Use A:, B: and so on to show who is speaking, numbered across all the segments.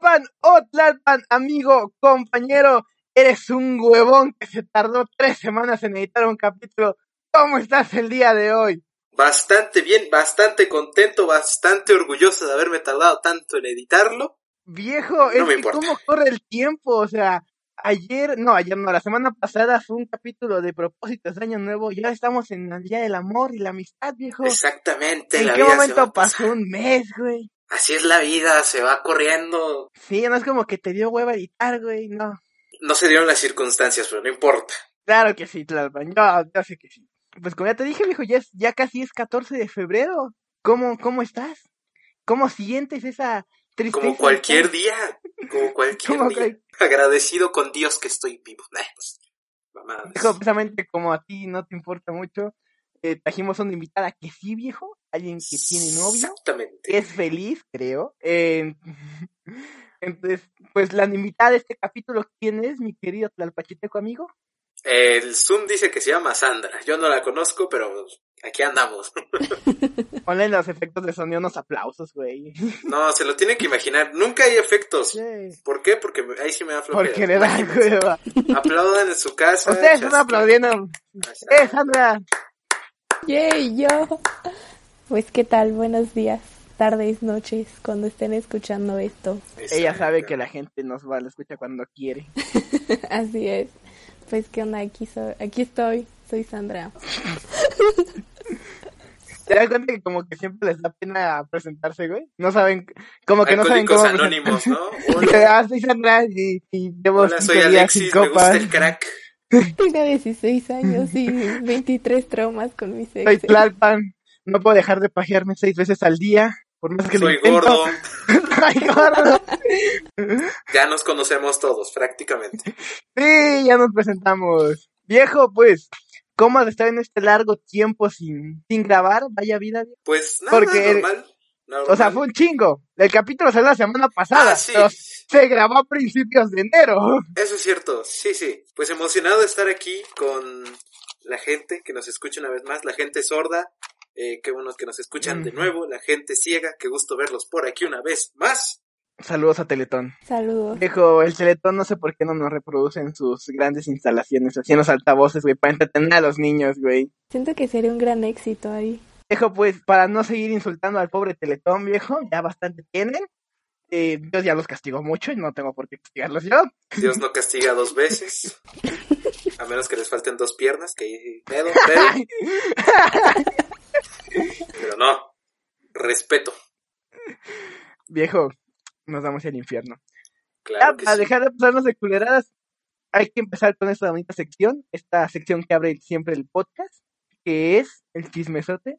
A: Juan, oh amigo, compañero, eres un huevón que se tardó tres semanas en editar un capítulo. ¿Cómo estás el día de hoy?
B: Bastante bien, bastante contento, bastante orgulloso de haberme tardado tanto en editarlo.
A: Viejo, es
B: No me
A: que
B: importa.
A: cómo corre el tiempo, o sea, ayer, no, ayer no, la semana pasada fue un capítulo de propósitos de Año Nuevo, ya estamos en el Día del Amor y la Amistad, viejo.
B: Exactamente,
A: ¿En
B: Este, la
A: qué
B: vida se va
A: momento
B: a pasar.
A: pasó un mes, güey?
B: Así es la vida, se va corriendo.
A: Sí, no es como que te dio hueva editar, güey, no.
B: No se dieron las circunstancias, pero no importa.
A: Claro que sí, Tlalpan, yo, yo sé que sí. Pues como ya te dije, viejo, ya, es- ya casi es 14 de febrero. ¿Cómo, cómo estás? ¿Cómo sientes esa tristeza?
B: Como
A: de
B: cualquier
A: estar-
B: día, como cualquier
A: Como
B: día.
A: cual-
B: Agradecido con Dios que estoy vivo. Nah, pues,
A: Viejo,
B: mamadas.
A: precisamente como a ti no te importa mucho, eh, trajimos a una invitada que sí, viejo, alguien que tiene novio, que
B: Exactamente.
A: es feliz, creo. Eh, entonces, pues la invitada de este capítulo, ¿quién es, mi querido Tlalpacheteco amigo?
B: El Zoom dice que se llama Sandra. Yo no la conozco, pero aquí andamos.
A: Ponle en los efectos de sonido unos aplausos, güey.
B: No, se lo tiene que imaginar. Nunca hay efectos.
A: Sí.
B: ¿por qué? Porque me- ahí sí me da flojera.
A: Porque le da
B: Imagínense.
A: hueva.
B: Aplaudan en su casa.
A: Ustedes están
B: chasquen.
A: aplaudiendo. ¡Eh, Sandra!
C: Yay, yo. Pues qué tal, buenos días, tardes, noches, cuando estén escuchando esto.
A: Ella sabe
B: Exacto.
A: que la gente nos va, la escucha cuando quiere.
C: Así es. Pues qué onda, aquí, so- aquí estoy, soy Sandra.
A: ¿Te das cuenta que como que siempre les da pena presentarse, güey? No saben, como que no saben
B: Alcohólicos
A: cómo
B: Anónimos,
A: presentarse.
B: ¿no?
A: Y
B: Hola,
A: te das, soy Sandra y, y llevo
B: hola,
A: cinco
B: soy
A: días sin
B: Alexis, me gusta
A: copas.
B: el crack.
C: Tengo 16 años y 23 traumas con mis
A: Soy
C: exes.
A: Tlalpan. No puedo dejar de pajearme seis veces al día, por más que lo
B: Soy
A: intento.
B: gordo.
A: ¡Ay, gordo!
B: Ya nos conocemos todos, prácticamente.
A: Sí, ya nos presentamos. Viejo, pues, ¿cómo has estado en este largo tiempo sin, sin grabar? Vaya vida, viejo.
B: Pues nada,
A: Porque el-
B: normal.
A: O sea,
B: Normal.
A: fue un chingo. El capítulo salió la semana pasada.
B: Ah, sí.
A: pero se grabó a principios de enero.
B: Eso es cierto, sí, sí. Pues emocionado de estar aquí con la gente que nos escucha una vez más, la gente sorda, eh, qué buenos que nos escuchan de
A: Ujú.
B: nuevo, la gente ciega, qué gusto verlos por aquí una vez más.
A: Saludos a Teletón.
C: Saludos.
A: Dijo, el Teletón no sé por qué no nos reproducen sus grandes instalaciones, así en los altavoces, güey, para entretener a los niños, güey.
C: Siento que sería un gran éxito ahí.
A: Dijo, pues, para no seguir insultando al pobre Teletón, viejo, ya bastante tienen. Eh, Dios ya los castigó mucho y no tengo por qué castigarlos yo.
B: Dios no castiga dos veces, a menos que les falten dos piernas, que ahí pedo, pedo, pero no, respeto,
A: viejo, nos vamos al infierno. Ya,
B: claro que
A: para
B: sí.
A: dejar de pasarnos de culeradas, hay que empezar con esta bonita sección, esta sección que abre siempre el podcast, que es el chismesote.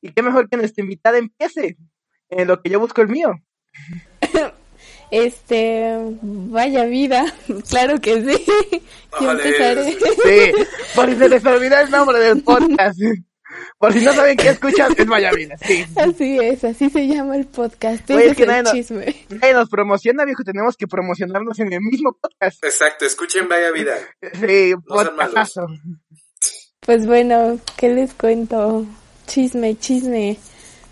A: Y qué mejor que nuestra invitada empiece en lo que yo busco el mío.
C: Este, vaya vida, claro que sí. Yo
B: Vale.
C: empezaré.
A: Sí, por si se les olvidó el nombre del podcast. Por si no saben qué escuchan, es Mayavina, sí.
C: Así es, así se llama el podcast.
A: Oye,
C: Ese
A: es
C: es
A: que nadie
C: el
A: no-
C: chisme.
A: Nadie nos promociona, viejo, tenemos que promocionarnos en el mismo podcast.
B: Exacto, escuchen Vaya Vida.
A: Sí,
B: No sean malos.
A: podcastazo.
C: Pues bueno, ¿qué les cuento? Chisme, chisme.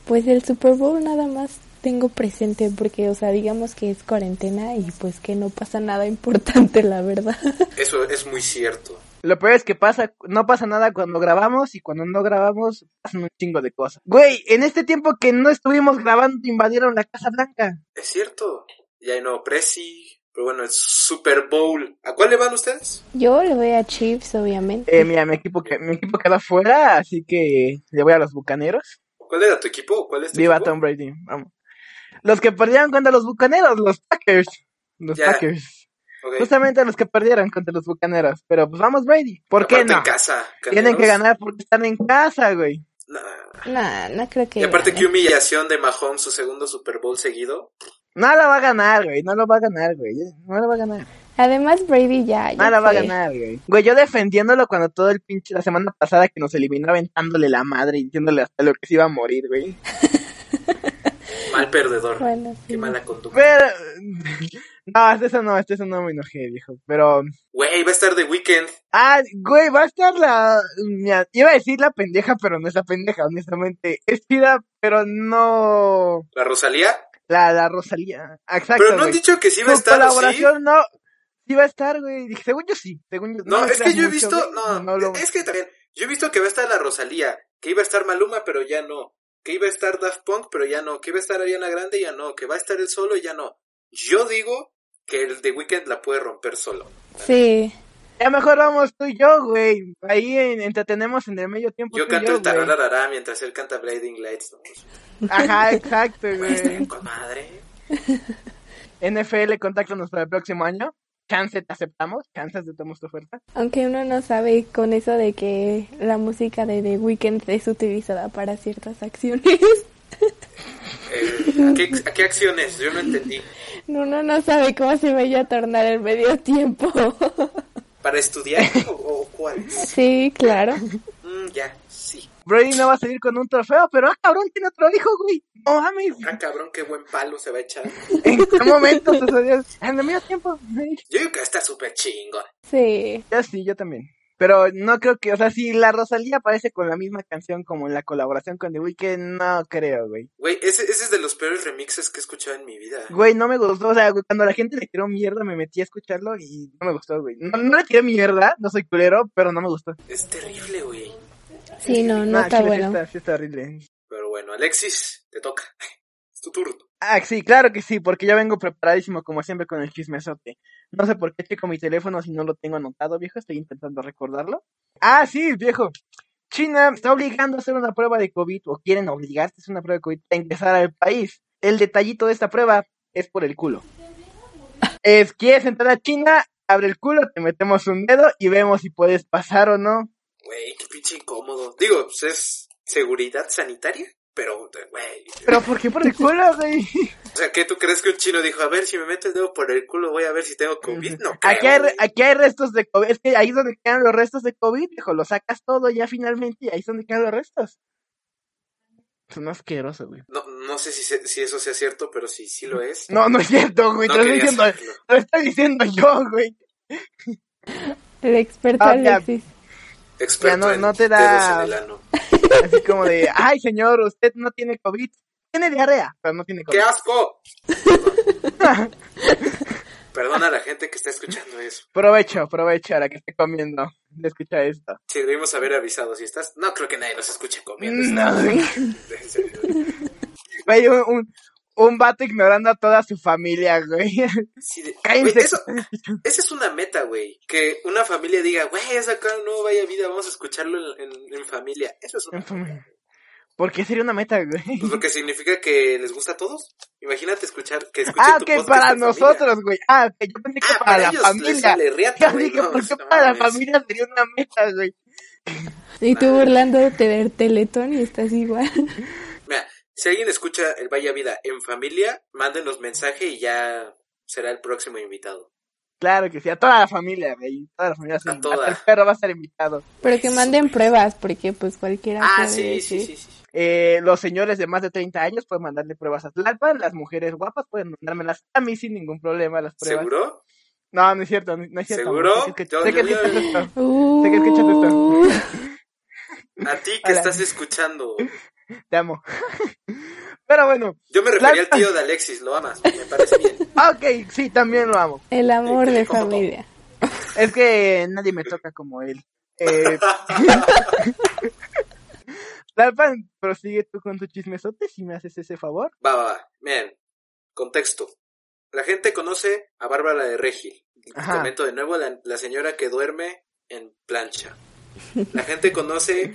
C: Pues el Super Bowl nada más tengo presente porque, o sea, digamos que es cuarentena y pues que no pasa nada importante, la verdad.
B: Eso es muy cierto.
A: Lo peor es que pasa, no pasa nada cuando grabamos y cuando no grabamos pasan un chingo de cosas. Güey, en este tiempo que no estuvimos grabando invadieron la Casa Blanca.
B: Es cierto. Y hay nuevo Prezi. Pero bueno, es Super Bowl. ¿A cuál le van ustedes?
C: Yo le voy a Chips,
A: Eh,
C: obviamente.
A: mira, mi equipo, que- mi equipo queda fuera, así que le voy a los Bucaneros.
B: ¿Cuál era tu equipo? ¿O ¿Cuál es tu
A: Viva
B: equipo?
A: Tom Brady, vamos. Los que perdieron contra los Bucaneros, los Packers. Los
B: Ya.
A: Packers.
B: Ok.
A: Justamente los que perdieron contra los Bucaneros. Pero pues vamos Brady, ¿por qué
B: aparte
A: no?
B: en casa,
A: Tienen que
B: Caneros.
A: ganar porque están en casa, güey.
B: Nah.
C: Nah, no creo que
B: Y aparte, qué
C: gane.
B: humillación de Mahomes, su segundo Super Bowl seguido.
A: No la va a ganar, güey. No lo va a ganar, güey. No lo va a ganar.
C: Además, Brady ya, ya
A: No la va a
C: fue.
A: ganar, güey. Güey, yo defendiéndolo cuando todo el pinche, la semana pasada que nos eliminó aventándole la madre y diciéndole hasta lo que se iba a morir, güey.
B: Mal perdedor.
C: Bueno, sí.
B: Qué mala conducta.
A: Pero, no, hasta eso no, hasta eso no me enojé, viejo. Pero,
B: Güey, va a estar de weekend.
A: ah, güey, va a estar la, mira, iba a decir la pendeja, pero no es la pendeja, honestamente. Es chida, pero no,
B: La Rosalía.
A: la, la Rosalía. Ah, Exacto,
B: Pero no han
A: güey.
B: dicho que sí va a
A: Su
B: estar, ¿o sí?
A: colaboración no. Sí va a estar, güey. Dije, Según yo sí. Según yo,
B: No,
A: me
B: es que
A: creas
B: yo he
A: mucho,
B: visto,
A: güey.
B: no,
A: lo-
B: es que también, yo he visto que va a estar la Rosalía, que iba a estar Maluma, pero ya no, que iba a estar Daft Punk, pero ya no, que iba a estar Ariana Grande, ya no, que va a estar él solo, ya no. Yo digo que el The Weeknd la puede romper solo.
C: Sí.
A: Ya mejor vamos tú y yo, güey. Ahí en- entretenemos en el medio tiempo.
B: Yo
A: tú y
B: canto el
A: güey.
B: tarararará mientras él canta Blinding Lights. ¿no?
A: Ajá, exacto,
B: Güey, estaría
A: güey.
B: con madre.
A: NFL, contáctanos para el próximo año. Chance te aceptamos. Chance aceptamos tu oferta.
C: Aunque uno no sabe con eso de que la música de The Weeknd es utilizada para ciertas acciones.
B: Eh, ¿a, qué, a qué acciones? Yo no entendí.
C: Uno no sabe cómo se vaya a tornar el medio tiempo.
B: ¿Para estudiar o, o cuál?
C: Sí, claro.
B: Mm, ya, sí.
A: Brady no va a salir con un trofeo, pero ah, cabrón, tiene otro hijo, güey. No mames.
B: Ah, cabrón, qué buen palo se va a echar.
A: ¿En qué momento sucedió? En el medio tiempo.
B: Yo digo que está súper chingón.
C: Sí.
A: Ya sí, yo también. Pero no creo que, o sea, si la Rosalía aparece con la misma canción como en la colaboración con The Weeknd, no creo, güey.
B: Güey, ese, ese es de los peores remixes que he escuchado en mi vida.
A: Güey, no me gustó, o sea, güey, cuando la gente le tiró mierda me metí a escucharlo y no me gustó, güey. No, no le tiré mierda, no soy culero, pero no me gustó.
B: Es terrible, güey.
C: Sí, no, no
A: Nah,
C: está
A: chile, sí
C: bueno.
A: está- sí está horrible.
B: Pero bueno, Alexis, te toca. Es tu turno.
A: Ah, sí, claro que sí, porque yo vengo preparadísimo como siempre con el chismesote. No sé por qué checo mi teléfono si no lo tengo anotado, viejo, estoy intentando recordarlo. Ah, sí, viejo. China está obligando a hacer una prueba de COVID, o quieren obligarte a hacer una prueba de COVID a ingresar al país. El detallito de esta prueba es por el culo. Es, quieres entrar a China, abre el culo, te metemos un dedo y vemos si puedes pasar o no.
B: Güey, qué pinche incómodo. Digo, pues es seguridad sanitaria, pero, güey.
A: Pero ¿por qué por el culo, güey?
B: O sea, ¿qué tú crees que un chino dijo? A ver, si me meto el dedo por el culo, voy a ver si tengo COVID. No, creo, ¿eh?
A: Aquí hay,
B: güey.
A: aquí hay restos de COVID. Es que ahí es donde quedan los restos de COVID, viejo. Lo sacas todo ya finalmente y ahí es donde quedan los restos. Es un asqueroso, güey.
B: No, no sé si, se- si eso sea cierto, pero si sí lo es.
A: No, no es cierto, güey.
B: no
A: te lo estoy
B: quería
A: diciendo,
B: hacerlo.
A: te lo estoy diciendo yo, güey.
C: El experto
A: Ah, ya.
C: Alexis.
B: Experto
A: Ya, no-
B: en
A: no te
B: dedos en
A: da-
B: el ano.
A: Así como de, ay, señor, usted no tiene COVID. Tiene diarrea, pero no tiene
B: ¡Qué
A: COVID.
B: asco! Perdona a la gente que está escuchando eso.
A: Provecho, provecho a la que esté comiendo. de escuchar esto.
B: Si debimos haber avisado, si estás... No creo que nadie nos escuche comiendo.
A: Mm, No,
B: En serio.
A: güey, un, un, un vato ignorando a toda su familia, güey.
B: Sí, de-
A: Cállense.
B: Güey, eso- esa es una meta, güey. Que una familia diga, güey, ya sacaron un nuevo Vaya Vida, vamos a escucharlo en, en- en familia. Eso es una meta.
A: ¿Por qué sería una meta, güey?
B: Pues porque significa que les gusta a todos. Imagínate escuchar, que escuchen
A: Ah,
B: tu
A: que
B: podcast
A: para
B: en familia.
A: nosotros, güey. Ah, que yo pensé que
B: Ah,
A: para,
B: para
A: la
B: ellos les
A: familia.
B: sale riata,
A: Yo
B: güey,
A: dije,
B: no,
A: ¿por qué
B: no
A: para la
B: mames.
A: familia sería una meta, güey?
C: Y tú
B: Nah.
C: burlándote del teletón y estás igual.
B: Mira, si alguien escucha el Vaya Vida en familia, mándenos mensaje y ya será el próximo invitado.
A: Claro que sí, a toda la familia, güey. Toda la familia. va a ser
B: A
A: invitada.
B: toda.
A: Hasta el perro va a ser invitado.
C: Pero que manden pruebas, porque pues cualquiera
B: Ah,
C: puede
B: sí,
C: decir.
B: sí, sí, sí.
A: Eh, los señores de más de 30 años pueden mandarle pruebas a Tlalpan. Las mujeres guapas pueden mandármelas a mí sin ningún problema, las pruebas.
B: ¿Seguro?
A: No, no es cierto, no es cierto.
B: ¿Seguro?
A: Sé que escuch- sé que
B: Yo- yo-
A: escuchas esto. Sé que escuchas
C: Uh,
A: esto.
B: A ti que
A: Hola.
B: estás escuchando.
A: Te amo. Pero bueno,
B: Yo me refería al
A: Claro.
B: tío de Alexis, lo amas, me parece bien.
A: ok, sí, también lo amo.
C: el amor de
B: Como todo.
C: familia.
A: Es que nadie me toca como él. Eh, Dalpan, prosigue tú con tu chismesote si me haces ese favor.
B: Va, va, va. Miren, contexto. La gente conoce a Bárbara de Regil.
A: Ajá.
B: Comento de nuevo la, la señora que duerme en plancha. La gente conoce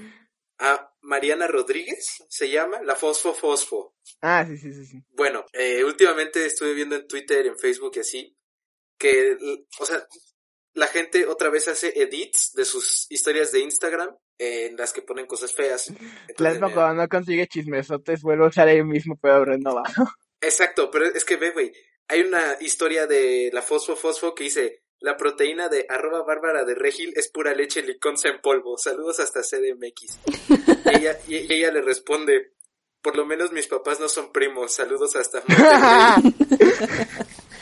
B: a Mariana Rodríguez, se llama, la Fosfo Fosfo.
A: Ah, sí, sí, sí. sí.
B: Bueno, eh, últimamente estuve viendo en Twitter, en Facebook y así, que, l- o sea, la gente otra vez hace edits de sus historias de Instagram eh, en las que ponen cosas feas. Entonces,
A: Plasma
B: mira,
A: cuando no consigue chismesotes vuelve a usar el mismo pero renovado.
B: Exacto, pero es que ve, güey, hay una historia de la Fosfo Fosfo que dice, la proteína de arroba bárbara de Regil es pura leche liconza en polvo, saludos hasta CDMX. Y ella, y, y ella le responde, por lo menos mis papás no son primos, saludos hasta Monterrey".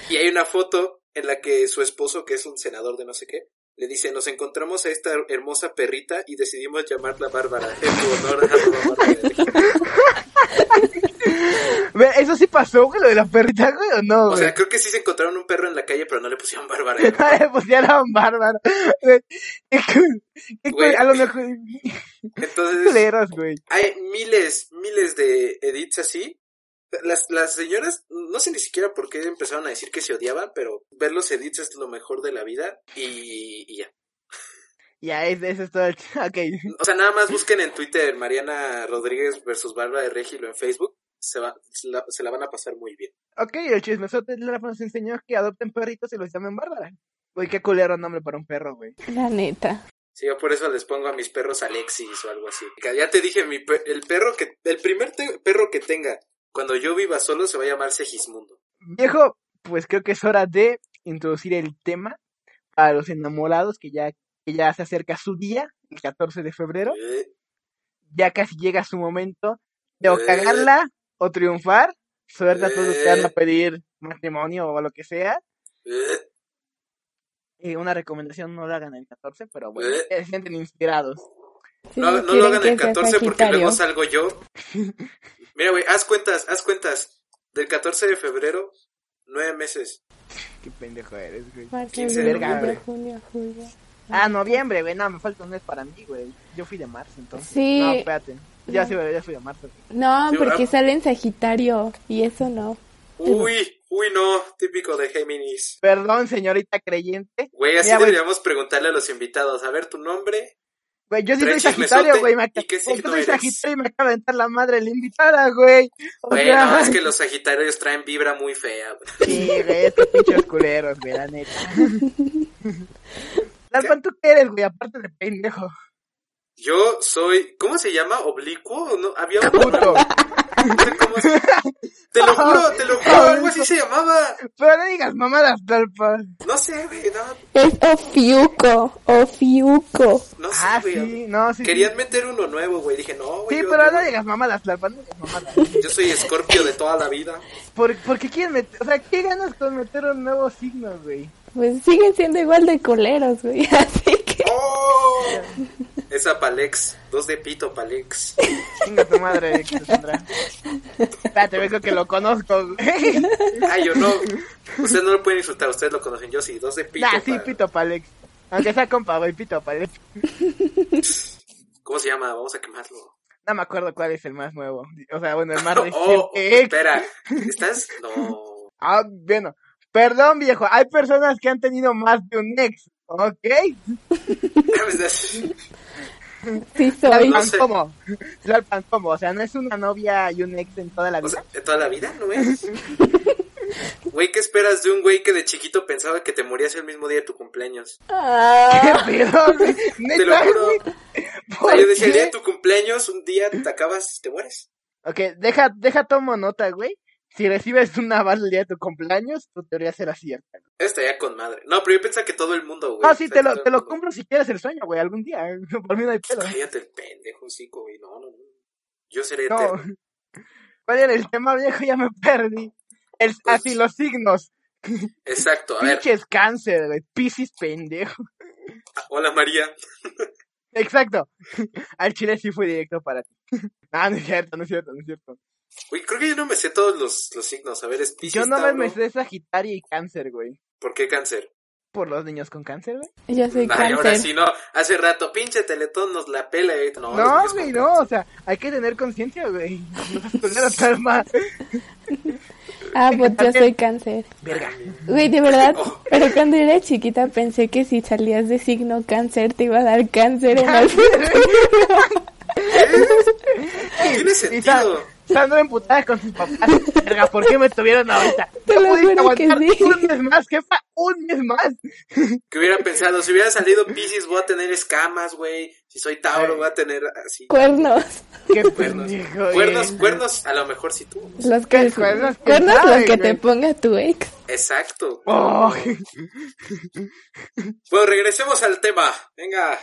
B: Y hay una foto en la que su esposo, que es un senador de no sé qué, le dice, nos encontramos a esta hermosa perrita y decidimos llamarla Bárbara, en tu honor a arroba Bárbara de Regil".
A: Ve, ¿Eso sí pasó, güey, lo de la perrita, güey, o no,
B: O
A: güey?
B: sea, creo que sí se encontraron un perro en la calle, pero no le pusieron Bárbara.
A: pues ya era bárbaro. Güey, qué cul- qué cul-
B: Güey.
A: A lo mejor...
B: Entonces,
A: culeros, güey.
B: hay miles, miles de edits así. Las, las señoras, no sé ni siquiera por qué empezaron a decir que se odiaban, pero ver los edits es lo mejor de la vida y, y ya.
A: Ya, es- eso es todo. el ch- Ok.
B: O sea, nada más busquen en Twitter Mariana Rodríguez versus Bárbara de Regilo en Facebook. Se, va, se, la, se la van a pasar muy bien.
A: Ok, el chismesote de la nos enseñó que adopten perritos y los llamen Bárbara. Güey, qué culero nombre para un perro, güey.
C: La neta.
B: Sí, yo por eso les pongo a mis perros Alexis o algo así. Que Ya te dije, mi per- el perro que el primer te- perro que tenga cuando yo viva solo se va a llamar Segismundo.
A: Viejo, pues creo que es hora de introducir el tema para los enamorados que ya, que ya se acerca su día, el 14 de febrero.
B: Eh,
A: Ya casi llega su momento de o
B: Eh.
A: cagarla o triunfar. Suerte a todos los que van a
B: Eh.
A: pedir matrimonio o lo que sea.
B: eh,
A: Eh, una recomendación, no lo hagan el 14, pero bueno,
B: Eh.
A: se sienten inspirados.
C: Si
B: no
C: no
B: no lo
C: quieren
B: hagan
C: que
B: el
C: sea
B: 14 porque luego
C: Sagitario.
B: salgo yo. Mira, güey, haz cuentas, haz cuentas. Del 14 de febrero, nueve meses.
A: Qué pendejo eres, güey.
C: Marzo,
B: 15
A: de
C: abril, mayo,
A: noviembre.
C: junio, julio.
A: Ah, noviembre, güey. No, me falta un mes para mí, güey. Yo fui de marzo, entonces.
C: Sí.
A: No, espérate. Ya,
C: No.
A: sí, güey, ya fui de marzo.
C: No,
B: Sí,
C: porque
B: ¿verdad?
C: sale en Sagitario y eso no.
B: Uy, uy, no, típico de Géminis.
A: Perdón, señorita creyente.
B: Güey, así
A: Mira, güey.
B: deberíamos preguntarle a los invitados. A ver, tu nombre.
A: Güey, yo sí
B: Pero
A: soy
B: el
A: sagitario,
B: chismesote,
A: güey. Me acá-
B: ¿y qué
A: yo
B: signo
A: soy
B: eres?
A: sagitario y me acaba de entrar la madre la invitada, güey. O
B: Güey,
A: sea,
B: no, es que los Sagitarios traen vibra muy fea. güey.
A: Sí, güey, estos pinches culeros, güey, la neta. Dalpan, ¿tú qué eres, güey? Aparte de pendejo.
B: Yo soy, ¿cómo se llama? ¿Oblicuo? ¿O No, había un
A: Puto.
B: no sé cómo se- Te lo juro, te lo
A: Ah,
B: juro, algo así se llamaba.
A: Pero no digas mamadas, Dalpan.
B: No sé, güey, no,
C: Es Ofiuco, Ofiuco.
B: no sé,
A: Ah,
B: güey.
A: sí, no, sí. sí.
B: Querían meter uno nuevo, güey. Dije, no, güey.
A: Sí,
B: yo,
A: pero
B: yo-
A: no digas mamadas, Dalpan, no digas mamadas.
B: yo soy escorpio de toda la vida.
A: ¿Por, por qué quieren meter? O sea, ¿qué ganas con meter un nuevo signo, güey?
C: Pues siguen siendo igual de culeros, güey. Así que.
B: ¡Oh! Esa Palex, dos de pito, Palex.
A: Chinga tu madre, Alexandra. Espérate, güey, creo que lo conozco, güey.
B: Ay, yo no. Ustedes no lo pueden insultar, ustedes lo conocen. Yo sí, dos de pito.
A: Ah, sí,
B: pa-
A: pito Palex. Aunque sea compa, güey, pito Palex.
B: ¿Cómo se llama? Vamos a quemarlo.
A: No me acuerdo cuál es el más nuevo. O sea, bueno, Ah, el más reciente.
B: Oh, espera. ¿Estás? No.
A: Ah, bueno. Perdón, viejo. Hay personas que han tenido más de un ex. ¿Ok?
C: Sí soy.
A: Salpan
B: sé.
A: como. Salpan como. O sea, no es una novia y un ex en toda la
B: O
A: vida.
B: sea, de toda la vida, ¿no es? Güey, ¿qué esperas de un güey que de chiquito pensaba que te morías el mismo día de tu cumpleaños?
A: ¿Qué
C: Ah,
A: pedo, güey?
B: Te lo
A: Neta,
B: juro.
A: güey.
B: O sea, yo decía, el
A: ¿Por qué?
B: día de tu cumpleaños, un día te acabas y te mueres.
A: Ok, deja, deja tomo nota, güey. Si recibes una bala el día de tu cumpleaños, tu teoría será cierta.
B: Esta ya con madre. No, pero yo pensaba que todo el mundo, güey.
A: No, sí,
B: O sea,
A: te
B: que
A: lo,
B: todo
A: te
B: el
A: lo
B: mundo. Pues
A: cumplo si quieres el sueño, güey, algún día. ¿eh? Por mí no hay pedo.
B: Cállate el pendejo, chico, güey. No, no, no. Yo seré
A: No.
B: eterno.
A: ¿Cuál era el tema viejo? Ya me perdí. El,
B: Pues-
A: así, los signos.
B: Exacto, a ver.
A: Pinches cáncer, güey. Piscis pendejo.
B: ah, Hola, María.
A: Exacto. Al chile sí fue directo para ti. Ah, no es cierto, no es cierto, no es cierto.
B: Güey, creo que yo no me sé todos los, los signos. A ver, es Piscis,
A: Yo no me
B: Tauro.
A: sé Sagitario y cáncer, güey.
B: ¿Por qué cáncer?
A: Por los niños con cáncer, güey.
C: yo soy
B: Ay, ahora
C: cáncer.
B: sí, no. Hace rato, pinche Teletón nos la pela. y ahorita, No, los
A: No,
B: niños
A: güey,
B: con
A: no, o sea, hay que tener conciencia, güey. No seas culero, Salma.
C: Ah, pues yo soy cáncer.
A: Verga.
C: Güey, de verdad,
B: Oh.
C: pero cuando era chiquita pensé que si salías de signo cáncer te iba a dar cáncer en el
B: Tiene
A: Y Sa-
B: sentido.
A: Sandra emputada con sus papás. Verga, ¿por qué me tuvieron ahorita?
C: Te
A: ¿No
C: lo
A: pudiste
C: juro que
A: aguantar
C: sí.
A: un mes más, jefa? Un mes más.
B: Que hubiera pensado, si hubiera salido Pisces voy a tener escamas, güey. Si soy Tauro
A: Ay.
B: voy a tener así.
C: cuernos.
A: Qué
B: Cuernos.
A: pendejo, güey.
B: Cuernos, cuernos, a lo mejor sí tú.
C: Los que,
A: ¿Qué cuernos? ¿Quién
C: cuernos los
A: sabe,
C: que te
A: güey?
C: ponga tu ex.
B: Exacto.
A: Oh,
B: Bueno, regresemos al tema. Venga.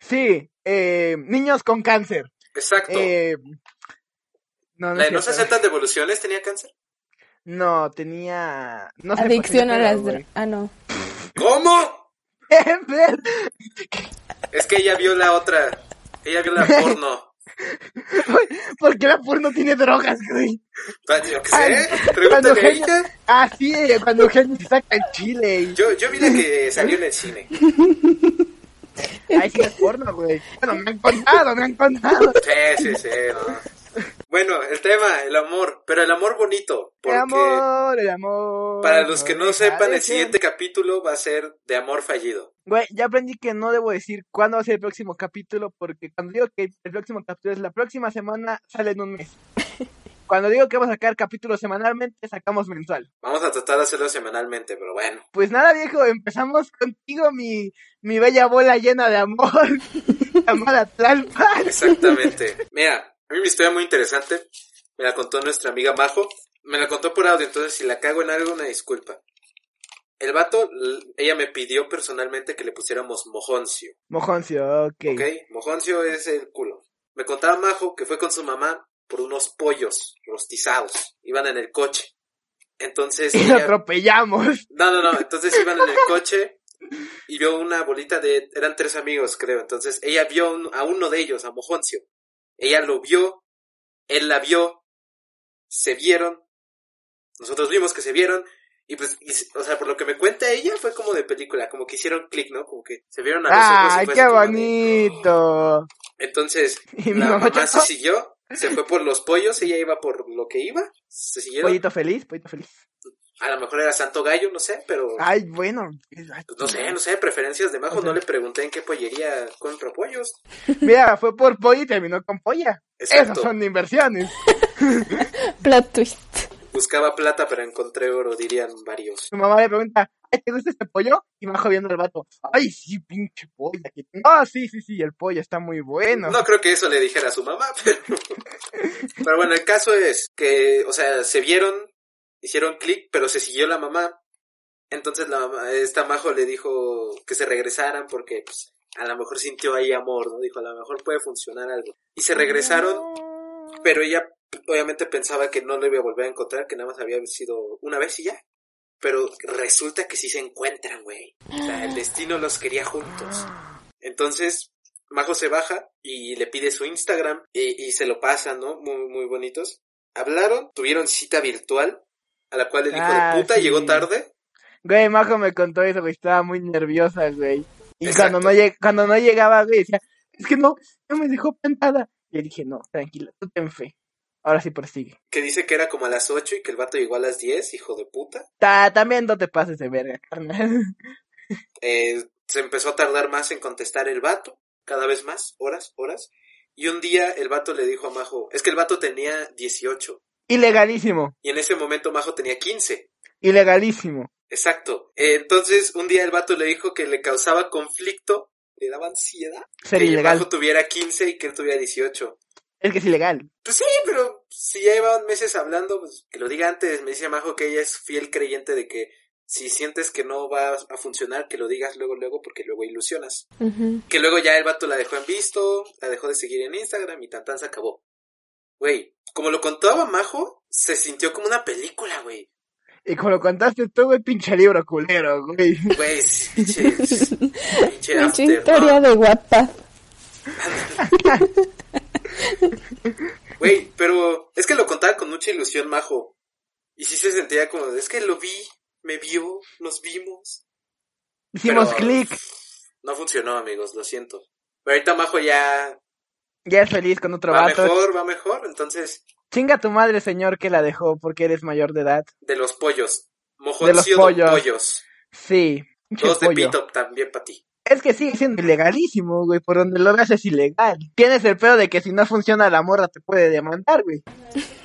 A: sí, eh, niños con cáncer.
B: Exacto.
A: Eh, no, no,
B: ¿La
A: es
B: de no se
A: cierto.
B: aceptan devoluciones tenía cáncer?
A: no, tenía... No sé por qué
C: Adicción a
A: pedo,
C: las
A: güey.
C: drogas. Ah, no.
B: ¿Cómo?
A: Por
B: Es que ella vio la otra. Ella vio la porno.
A: por qué la porno tiene drogas, güey.
B: Pa- Ah, Yo qué
A: Ay,
B: sé, pregúntale
A: Cuando
B: a
A: Eugenio,
B: ella.
A: ah, sí, eh, cuando Eugenio se saca el chile y
B: Yo, yo vi la que salió en el cine.
A: ahí sí es porno, güey. Bueno, me han contado, me han contado.
B: Sí, sí, sí. no. Bueno, el tema, el amor, pero el amor bonito. Porque
A: El amor, el amor.
B: para los que no
A: deja
B: sepan,
A: de
B: el
A: ser.
B: siguiente capítulo va a ser de amor fallido.
A: Güey, ya aprendí que no debo decir cuándo va a ser el próximo capítulo, porque cuando digo que el próximo capítulo es la próxima semana, sale en un mes. Cuando digo que vamos a sacar capítulo semanalmente, sacamos mensual.
B: Vamos a tratar de hacerlo semanalmente, pero bueno.
A: Pues nada, viejo, empezamos contigo, mi, mi bella bola llena de amor, llamada Tlalpa.
B: Exactamente. Mira, a mí mi historia muy interesante. Me la contó nuestra amiga Majo. Me la contó por audio, entonces si la cago en algo, una disculpa. El vato, l- ella me pidió personalmente que le pusiéramos mojoncio.
A: Mojoncio, ok.
B: ¿Ok? Mojoncio es el culo. Me contaba Majo que fue con su mamá por unos pollos rostizados. Iban en el coche. Entonces.
A: Y lo
B: ella-
A: atropellamos.
B: No, no, no. Entonces iban en el coche y vio una bolita de. Eran tres amigos, creo. Entonces ella vio a un- a uno de ellos, a Mojoncio. Ella lo vio, él la vio, se vieron. Nosotros vimos que se vieron. Y pues, y s- o sea, por lo que me cuenta ella, fue como de película, como que hicieron clic, ¿no? Como que se vieron a los ojos. y
A: ¡Ay,
B: fue así
A: qué
B: como de,
A: bonito!
B: entonces,
A: Y mi
B: la
A: mamá
B: mamá
A: chocó.
B: se siguió, se fue por los pollos, ella iba por lo que iba, se siguieron.
A: Pollito feliz, pollito feliz.
B: A lo mejor era Santo Gallo, no sé, pero
A: Ay, bueno.
B: pues, no sé, no sé, preferencias de Majo,
A: Ok.
B: no le pregunté en qué pollería compro pollos.
A: Mira, fue por pollo y terminó con polla.
B: Exacto.
A: Esas son inversiones.
C: Plot twist.
B: Buscaba plata, pero encontré oro, dirían varios.
A: Su mamá le pregunta, "Ay, ¿te gusta este pollo? Y Majo viendo al vato, ay, sí, pinche polla. que- No, sí, sí, sí, el pollo está muy bueno.
B: No creo que eso le dijera a su mamá, pero... pero bueno, el caso es que, o sea, se vieron, hicieron clic, pero se siguió la mamá. Entonces la mamá, esta Majo le dijo que se regresaran porque pues, a lo mejor sintió ahí amor, ¿no? Dijo, a lo mejor puede funcionar algo. Y se regresaron, pero ella obviamente pensaba que no lo iba a volver a encontrar, que nada más había sido una vez y ya. Pero resulta que sí se encuentran, güey. O sea, el destino los quería juntos. Entonces, Majo se baja y le pide su Instagram y, y se lo pasa, ¿no? Muy, muy bonitos. Hablaron, tuvieron cita virtual, a la cual el hijo
A: Ah,
B: de puta
A: sí.
B: llegó tarde.
A: Güey, Majo me contó eso, güey, estaba muy nerviosa, güey. Y
B: Exacto.
A: cuando no, lleg- cuando no llegaba, güey, decía, es que no, no me dejó plantada. Y le dije, no, tranquila, tú ten fe. Ahora sí persigue.
B: que dice que era como a las 8 y que el vato llegó a las 10, hijo de puta.
A: Ta también no te pases de verga, carnal.
B: Eh, se empezó a tardar más en contestar el vato, cada vez más, horas, horas. Y un día el vato le dijo a Majo, es que el vato tenía 18
A: Ilegalísimo,
B: y en ese momento Majo tenía 15.
A: ilegalísimo.
B: Exacto. Eh, entonces un día el vato le dijo que le causaba conflicto, le daba ansiedad
A: Ser
B: que
A: ilegal.
B: Majo tuviera 15 y que él tuviera 18.
A: Es que es ilegal.
B: Pues sí, pero si ya llevaban meses hablando, pues que lo diga antes. Me dice Majo que ella es fiel creyente de que si sientes que no va a funcionar, que lo digas luego, luego, porque luego ilusionas.
C: Ujú.
B: Que luego ya el vato la dejó en visto, la dejó de seguir en Instagram y tan tan se acabó. Güey, como lo contaba Majo, se sintió como una película, güey.
A: Y como lo contaste tú, güey, pinche libro culero, güey.
B: Güey, sí, pinche, pinche
C: Pinche
B: after, ¿no?
C: historia de guapa.
B: Güey, pero es que lo contaba con mucha ilusión, Majo. Y sí se sentía como, es que lo vi, me vio, nos vimos.
A: Hicimos
B: Pero-
A: clic,
B: No funcionó, amigos, lo siento. Pero ahorita Majo ya
A: ya es feliz con otro
B: va
A: vato.
B: mejor, va mejor. Entonces,
A: Chinga tu madre, señor, que la dejó porque eres mayor de edad.
B: de los pollos.
A: De los
B: Mojoncio de
A: pollos.
B: pollos.
A: Sí. pinche
B: Dos de
A: pollo.
B: pito también para ti.
A: Es que sigue siendo ilegalísimo, güey. Por donde lo veas es ilegal. Tienes el pedo de que si no funciona la morra te puede demandar, güey.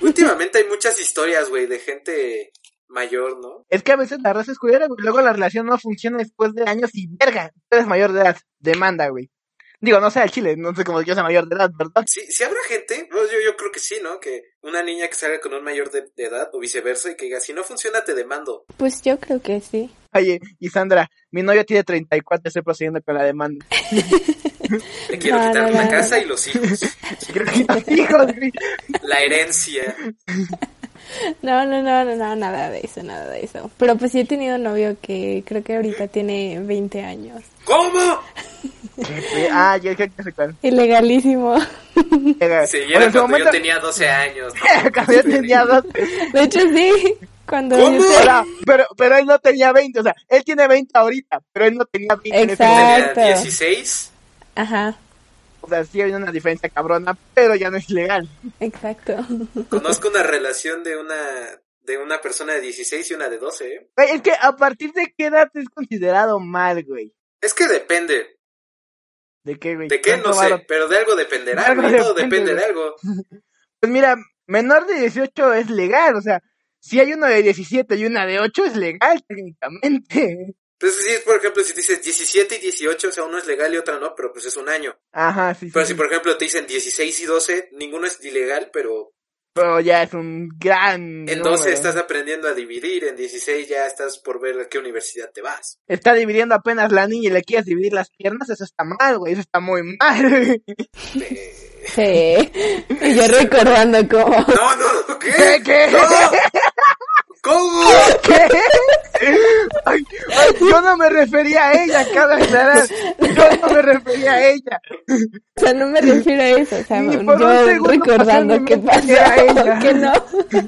B: Últimamente hay muchas historias, güey, de gente mayor, ¿no?
A: Es que a veces la raza es culera, güey. Luego la relación no funciona después de años y verga, tú eres mayor de edad. Demanda, güey. Digo, no sé al chile, no sé cómo yo sea mayor de edad, ¿verdad?
B: Sí, sí habrá gente, bueno, yo, yo creo que sí, ¿no? Que una niña que salga con un mayor de, de edad o viceversa y que diga, si no funciona, te demando.
C: Pues yo creo que sí.
A: Oye, y Sandra, mi novio tiene 34, estoy procediendo con la demanda.
B: Te quiero
C: No,
B: quitar
C: no,
B: la
C: no,
B: casa
C: no.
B: y los hijos.
A: Creo que los hijos, güey.
B: La herencia.
C: No, no, no, no, no, nada de eso, nada de eso. Pero pues sí he tenido novio que creo que ahorita tiene 20 años.
B: ¿Cómo?
A: Este, ah, ya creo que se cuál.
C: Ilegalísimo.
A: Llega-
B: Se
A: Bueno,
B: vieron
A: en
B: cuando
A: su
B: yo
A: momento,
B: tenía 12 años. ¿no?
A: cuando yo tenía dos.
C: De hecho, sí. Cuando
B: ¿Cómo?
A: O
C: dice...
A: sea, pero, pero él no tenía 20, o sea, él tiene 20 ahorita, pero él no tenía 20 en ese
C: Exacto.
A: momento.
B: Tenía 16.
C: Ajá,
A: O sea, sí hay una diferencia cabrona, pero ya no es legal.
C: exacto.
B: Conozco una relación de una de una persona de 16 y una de 12. ¿eh?
A: Güey, es que a partir de qué edad es considerado mal, güey.
B: Es que depende.
A: ¿De qué, güey?
B: ¿De qué? No
A: ¿Cuánto varo
B: sé. Pero de algo dependerá.
A: De algo
B: güey, Todo
A: depende,
B: depende de
A: güey.
B: algo.
A: Pues mira, menor de 18 es legal, o sea, si hay uno de 17 y una de 8 es legal técnicamente.
B: Entonces, si es, por ejemplo, si dices 17 y 18, o sea, uno es legal y otra no, pero pues es un año.
A: Ajá, sí, sí.
B: Pero
A: sí.
B: si, por ejemplo, te dicen 16 y 12, ninguno es ilegal, pero
A: Pero ya es un gran...
B: en
A: número.
B: 12 estás aprendiendo a dividir, en 16 ya estás por ver a qué universidad te vas.
A: Está dividiendo apenas la niña y le quieres dividir las piernas, eso está mal, güey, eso está muy mal.
B: Eh,
C: Sí. Y yo recordando cómo...
B: No, no,
A: ¿Qué?
B: ¿qué?
A: ¿Qué?
B: ¡No! ¿Cómo?
A: ¿Qué? Ay, ay, yo no me refería a ella, cabe aclarar. Yo no me refería a ella.
C: O sea, no me refiero a eso, o sea,
A: Ni
C: yo
A: por un segundo pasó
C: recordando
A: en mi
C: qué
A: mente
C: pasó,
A: que era ella.
C: que no. yo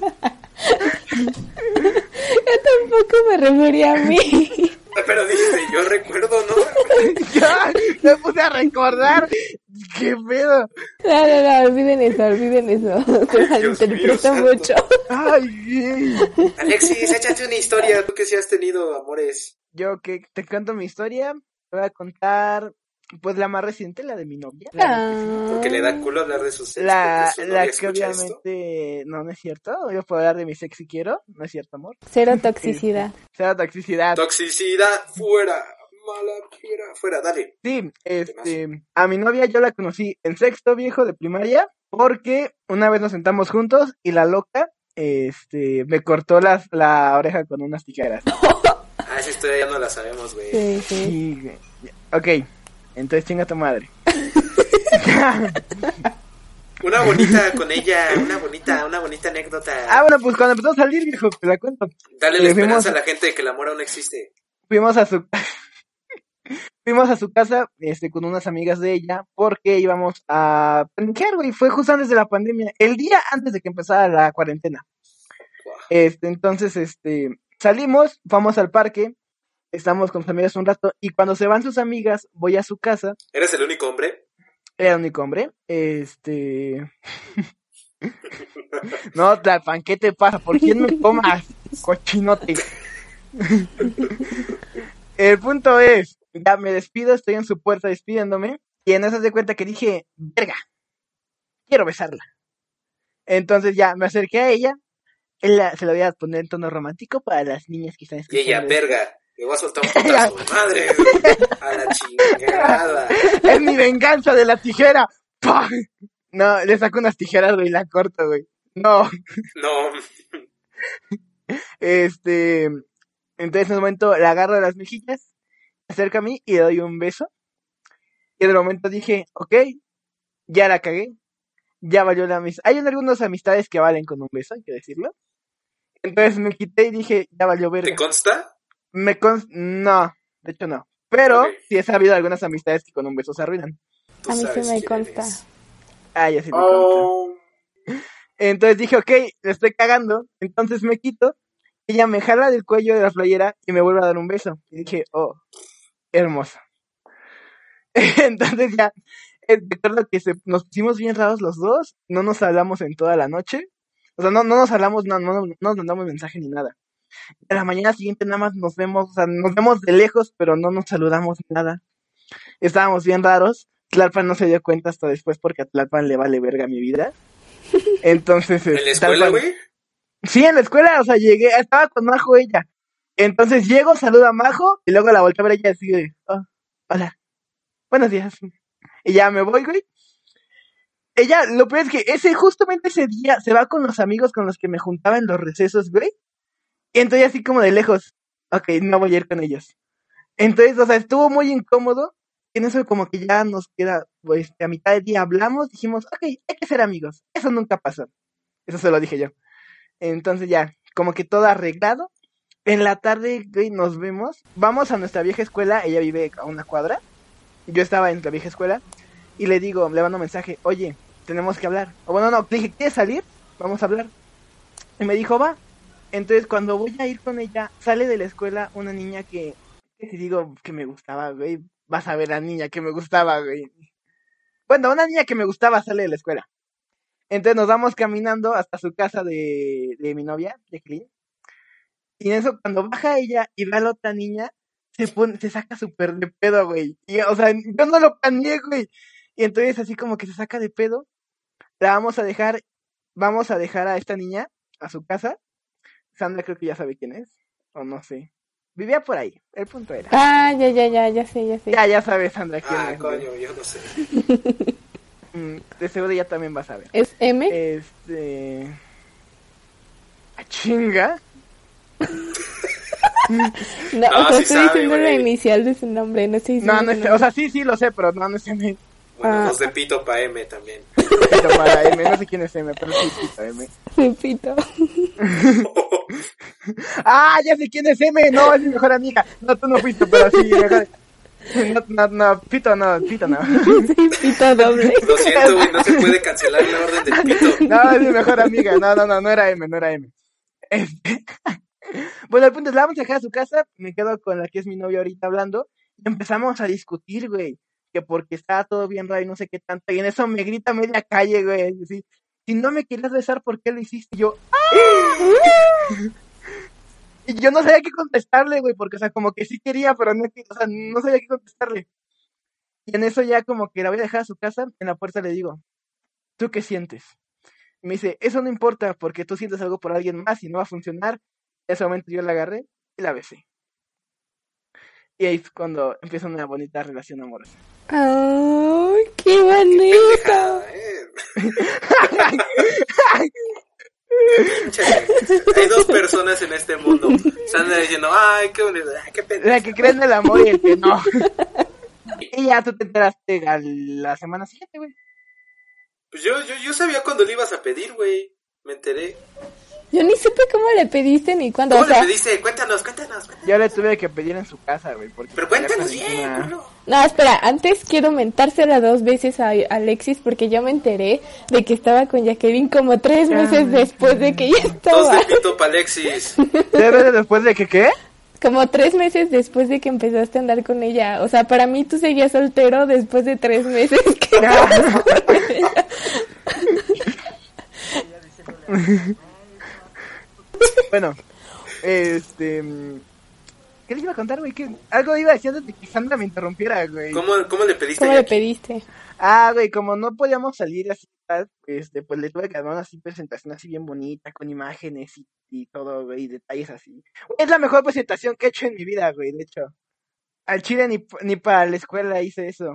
C: tampoco me refería a mí.
B: Pero dijiste, yo recuerdo, ¿no?
A: Ya, me puse a recordar. ¿Qué pedo?
C: No, no, no, olviden eso, olviden eso. Se malinterpreta
B: mío,
C: mucho.
B: santo.
A: Ay, güey.
B: Alexis, échate una historia, tú que sí has tenido amores.
A: Yo que te cuento mi historia, te voy a contar pues la más reciente, la de mi novia.
C: Ah.
A: Ah.
B: Porque le da culo hablar de sus ex,
A: La,
B: porque su novia
A: la que
B: escucha esto.
A: obviamente no, no es cierto. Yo puedo hablar de mi sex si quiero, no es cierto, amor.
C: Cero toxicidad.
A: O sea, toxicidad.
B: Toxicidad, fuera. Mala, fuera, fuera, dale.
A: Sí, este, a mi novia yo la conocí en sexto viejo de primaria porque una vez nos sentamos juntos y la loca, este, me cortó las, la oreja con unas tijeras.
B: Ah, esa historia ya no la sabemos, güey.
C: Sí, sí.
A: Y, ok, entonces chinga tu madre.
B: Una bonita con ella, una bonita, una bonita anécdota.
A: Ah, bueno, pues cuando empezó a salir, viejo, te la cuento.
B: Dale
A: le
B: la esperanza
A: fuimos-
B: a la gente de que el amor aún existe.
A: Fuimos a su fuimos a su casa, este, con unas amigas de ella, porque íbamos a pendejear, güey. Fue justo antes de la pandemia, el día antes de que empezara la cuarentena.
B: Wow.
A: Este, entonces, este, salimos, vamos al parque, estamos con sus amigas un rato, y cuando se van sus amigas, voy a su casa,
B: ¿Eres el único hombre?
A: era el único hombre, este... no, Tlalpan, ¿qué te pasa? ¿Por quién me tomas, cochinote? el punto es, ya me despido, estoy en su puerta despidiéndome, y en eso se cuenta que dije, verga, quiero besarla. Entonces ya me acerqué a ella, él la- se la voy a poner en tono romántico para las niñas que están
B: Y ella,
A: escuchando.
B: verga, le voy a soltar un putazo. madre, a la chingada.
A: es mi venganza de la tijera. ¡Pah! No, le saco unas tijeras, güey, y la corto, güey. No,
B: No,
A: este. Entonces, en un momento, la agarro de las mejillas, se acerca a mí y le doy un beso. Y en el momento dije, ok, ya la cagué. Ya valió la amistad. Hay algunas amistades que valen con un beso, hay que decirlo. Entonces me quité y dije, ya valió verga.
B: ¿te consta?
A: Me cons- No, de hecho no. Pero
B: Ok.
A: sí he sabido algunas amistades que con un beso se arruinan.
B: Tú
C: A mí sí
B: sabes quién
C: me consta.
B: eres.
A: Ah, ya sí me consta.
B: Oh,
A: Entonces dije, ok, le estoy cagando. Entonces me quito. Ella me jala del cuello de la playera y me vuelve a dar un beso. Y dije, oh, hermoso. Entonces ya, eh, recuerdo que se- nos pusimos bien raros los dos. No nos hablamos en toda la noche. O sea, no, no nos hablamos, no, no, no nos mandamos mensaje ni nada. A la mañana siguiente nada más nos vemos, o sea, nos vemos de lejos, pero no nos saludamos ni nada. Estábamos bien raros. Tlalpan no se dio cuenta hasta después porque a Tlalpan le vale verga mi vida. Entonces,
B: ¿En la
A: este,
B: escuela,
A: Tlalpan-
B: güey?
A: Sí, en la escuela, o sea, llegué, estaba con Majo ella. Entonces llego, saludo a Majo y luego la volteo a ver ella así de, "Oh, hola, buenos días. Y ya me voy, güey. Ella, lo peor es que ese, justamente ese día, se va con los amigos con los que me juntaba en los recesos, güey. Y entonces así como de lejos, ok, no voy a ir con ellos. Entonces, o sea, estuvo muy incómodo. En eso como que ya nos queda, pues, a mitad de día hablamos, dijimos, ok, hay que ser amigos. Eso nunca pasó. Eso se lo dije yo. Entonces ya, como que todo arreglado. En la tarde, güey, nos vemos. Vamos a nuestra vieja escuela, ella vive a una cuadra. yo estaba en la vieja escuela y le digo, le mando un mensaje, oye, tenemos que hablar. O bueno, no, le dije, ¿quieres salir? Vamos a hablar. Y me dijo, va. Entonces, cuando voy a ir con ella, sale de la escuela una niña que, que te digo que me gustaba, güey. Vas a ver la niña que me gustaba, güey. Bueno, una niña que me gustaba sale de la escuela. Entonces nos vamos caminando hasta su casa de, de mi novia, de Clean. Y en eso, cuando baja ella y ve a la otra niña, se pone, se saca súper de pedo, güey. Y, o sea, yo no lo planeé, güey. Y entonces así como que se saca de pedo. La vamos a dejar, vamos a dejar a esta niña a su casa. Sandra creo que ya sabe quién es, o no sé. Vivía por ahí, el punto era.
C: Ah, ya, ya, ya, ya sé, ya sé.
A: Ya, ya sabes, Sandra, quién
B: Ah,
A: es. güey.
B: coño, yo no sé.
A: Mm, De seguro ya también vas a ver.
C: ¿Es M?
A: Este. ¡A chinga!
C: no,
B: no,
C: o sea,
B: sí
C: estoy
B: sabe,
C: diciendo la
B: güey.
C: inicial de su nombre, no estoy diciendo
A: No, no
C: su
A: es. O
C: nombre.
A: sea, sí, sí, lo sé, pero no, no es M.
B: Bueno,
C: Ah.
B: los de Pito pa' M también.
A: Pero para M, no sé quién es M, pero sí, sí, para M.
C: Pito.
A: ¡Ah, ya sé quién es M! No, es mi mejor amiga. No, tú no fuiste, pero sí, mejor. No, no, no, pito no, pito no.
C: Sí, Pito doble.
B: Lo siento, güey, no se puede cancelar la orden del Pito.
A: No, es mi mejor amiga. No, no, no, no era M, no era M. Este... Bueno, el punto es, la vamos a dejar a su casa. Me quedo con la que es mi novia ahorita hablando. Y empezamos a discutir, güey. Que porque estaba todo bien raro y no sé qué tanto. Y en eso me grita media calle, güey. así, si no me querías besar, ¿por qué lo hiciste? Y yo, ¡ah! Y yo no sabía qué contestarle, güey, porque, o sea, como que sí quería, pero no, que- o sea, no sabía qué contestarle. Y en eso ya como que la voy a dejar a su casa, en la puerta le digo, ¿tú qué sientes? Me dice, eso no importa porque tú sientes algo por alguien más y no va a funcionar. En ese momento yo la agarré y la besé. Y ahí es cuando empieza una bonita relación amorosa.
C: ¡Ay, qué bonito!
B: Pendejada, eh. Pinche pendeja. Hay dos personas en este mundo. Sandra diciendo, ay, qué bonito, ay, qué
A: La
B: pendeja.
A: que cree en el amor y el que no. y ya tú te enteraste a la semana siguiente, güey.
B: Pues yo, yo, yo sabía cuando le ibas a pedir, güey. Me enteré.
C: Yo ni supe cómo le pediste ni cuándo.
B: ¿Cómo
C: o sea,
B: le pediste? Cuéntanos, cuéntanos, cuéntanos.
A: Yo le tuve que pedir en su casa, güey. porque
B: Pero
A: tenía
B: cuéntanos
A: cuarentena.
B: bien, culo.
C: No, espera, antes quiero mentársela dos veces a Alexis porque yo me enteré de que estaba con Jacqueline como tres meses después de que ya
B: Dos
C: estaba.
B: de Pito pa' Alexis.
A: ¿Tres veces después de que qué?
C: Como tres meses después de que empezaste a andar con ella. O sea, para mí tú seguías soltero después de tres meses que estabas con ella.
A: Bueno, este... mm, ¿Qué le iba a contar, güey? ¿Qué- Algo iba diciendo de que Sandra me interrumpiera, güey.
B: ¿Cómo, cómo le pediste?
C: ¿Cómo le
B: Jackie?
C: pediste?
A: Ah, güey, como no podíamos salir así, tal, este, pues le tuve que dar una así presentación así bien bonita, con imágenes y, y todo, güey, y detalles así. Es la mejor presentación que he hecho en mi vida, güey, de hecho. Al chile ni, p- ni para la escuela hice eso.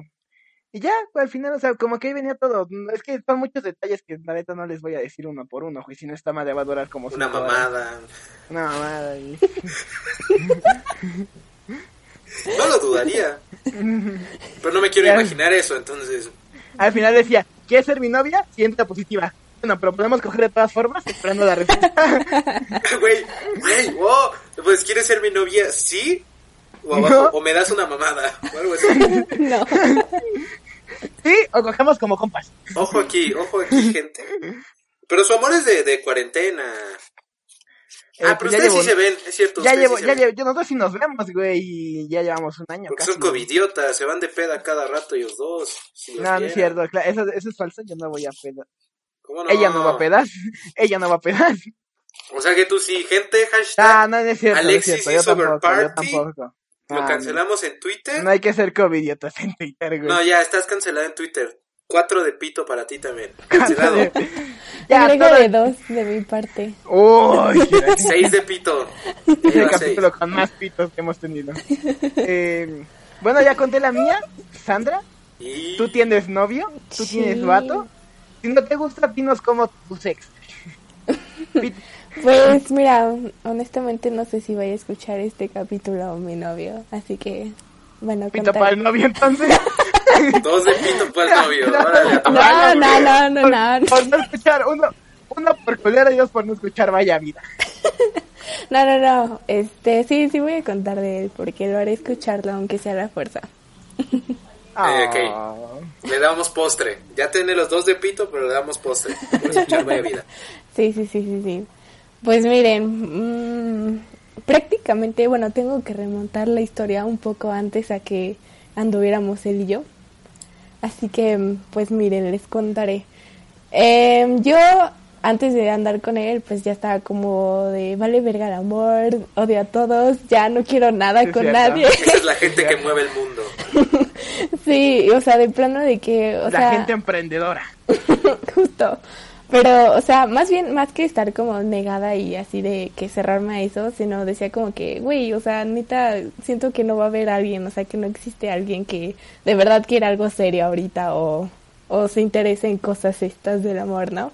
A: Y ya, güey, al final, o sea, como que ahí venía todo. No, Es que son muchos detalles que la neta no les voy a decir uno por uno, güey, si no esta madre va a durar como
B: Una
A: cinco horas.
B: mamada.
A: Una mamada, güey.
B: No lo dudaría. Pero no me quiero
A: Ya.
B: imaginar eso, entonces.
A: Al final decía, ¿quieres ser mi novia? Sienta positiva. Bueno, pero podemos coger de todas formas esperando la respuesta.
B: Güey, güey, wow. Pues quieres ser mi novia, ¿sí? O abajo,
A: No.
B: o me das una mamada. O algo así.
C: No.
A: sí, o cogemos como compas.
B: Ojo aquí, ojo aquí, gente. Pero su amor es de, de cuarentena.
A: Eh,
B: ah, pero
A: pues ya
B: ustedes sí
A: llevo-
B: se ven, es cierto.
A: Ya
B: ustedes
A: llevo,
B: sí se
A: ya
B: ven.
A: llevo, yo- nosotros sí nos vemos, güey, y ya llevamos un año.
B: Porque
A: casi.
B: son covidiotas, se van de peda cada rato ellos dos. si los
A: No, no
B: vieran.
A: es cierto, cla- eso, eso es falso, yo no voy a pedas.
B: ¿Cómo
A: Ella no va a pedas, ella no va a pedas.
B: O sea que tú sí, gente,
A: Ah,
B: hashtag.
A: no, no es cierto, no es
B: Alexis
A: cierto, yo
B: hizo over
A: tampoco, yo
B: party.
A: tampoco.
B: lo
A: Ah,
B: cancelamos en Twitter.
A: No hay que ser covidiotas en Twitter, güey.
B: No, ya estás cancelado en Twitter. Cuatro de pito para ti también. Cancelado.
A: todo-
C: Agrégale dos de mi parte.
A: Uy, mira,
B: Seis de pito.
A: es el
B: Lleva seis.
A: capítulo con más pitos que hemos tenido. Eh, bueno, ya conté la mía, Sandra.
B: Y...
A: ¿Tú tienes novio? ¿Tú
C: Sí.
A: tienes vato? Si no te gusta, dinos como tu sex. Pit-
C: Pues mira, honestamente no sé si vaya a escuchar este capítulo mi novio, así que bueno,
A: Pito
C: contar-
A: para el novio, entonces.
B: Dos de pito para el novio. Órale, a
C: No,
B: tomarlo,
C: no,
B: güey.
C: no, no, no, no,
A: Por no escuchar, uno, uno por culera y dos por no escuchar, vaya vida.
C: no, no, este, sí, sí voy a contar de él porque lo haré escucharlo aunque sea a la fuerza.
B: Eh,
A: Ah,
B: Le damos postre. Ya tiene los dos de pito, pero le damos postre. Por escuchar Vaya Vida.
C: Sí, sí, sí, sí, sí. Pues miren, mm, prácticamente, bueno, tengo que remontar la historia un poco antes a que anduviéramos él y yo. Así que, mm, pues miren, les contaré. Em, yo, antes de andar con él, pues ya estaba como de, vale verga el amor, odio a todos, ya no quiero nada
A: Sí, es
C: con
A: cierto.
C: nadie.
B: Esa es la gente que mueve el mundo.
C: sí, o sea, de plano de que... O
A: la
C: sea,
A: gente emprendedora.
C: Justo. Pero, o sea, más bien, más que estar como negada y así de que cerrarme a eso, sino decía como que, güey, o sea, neta, siento que no va a haber alguien, o sea, que no existe alguien que de verdad quiera algo serio ahorita o, o se interese en cosas estas del amor, ¿no?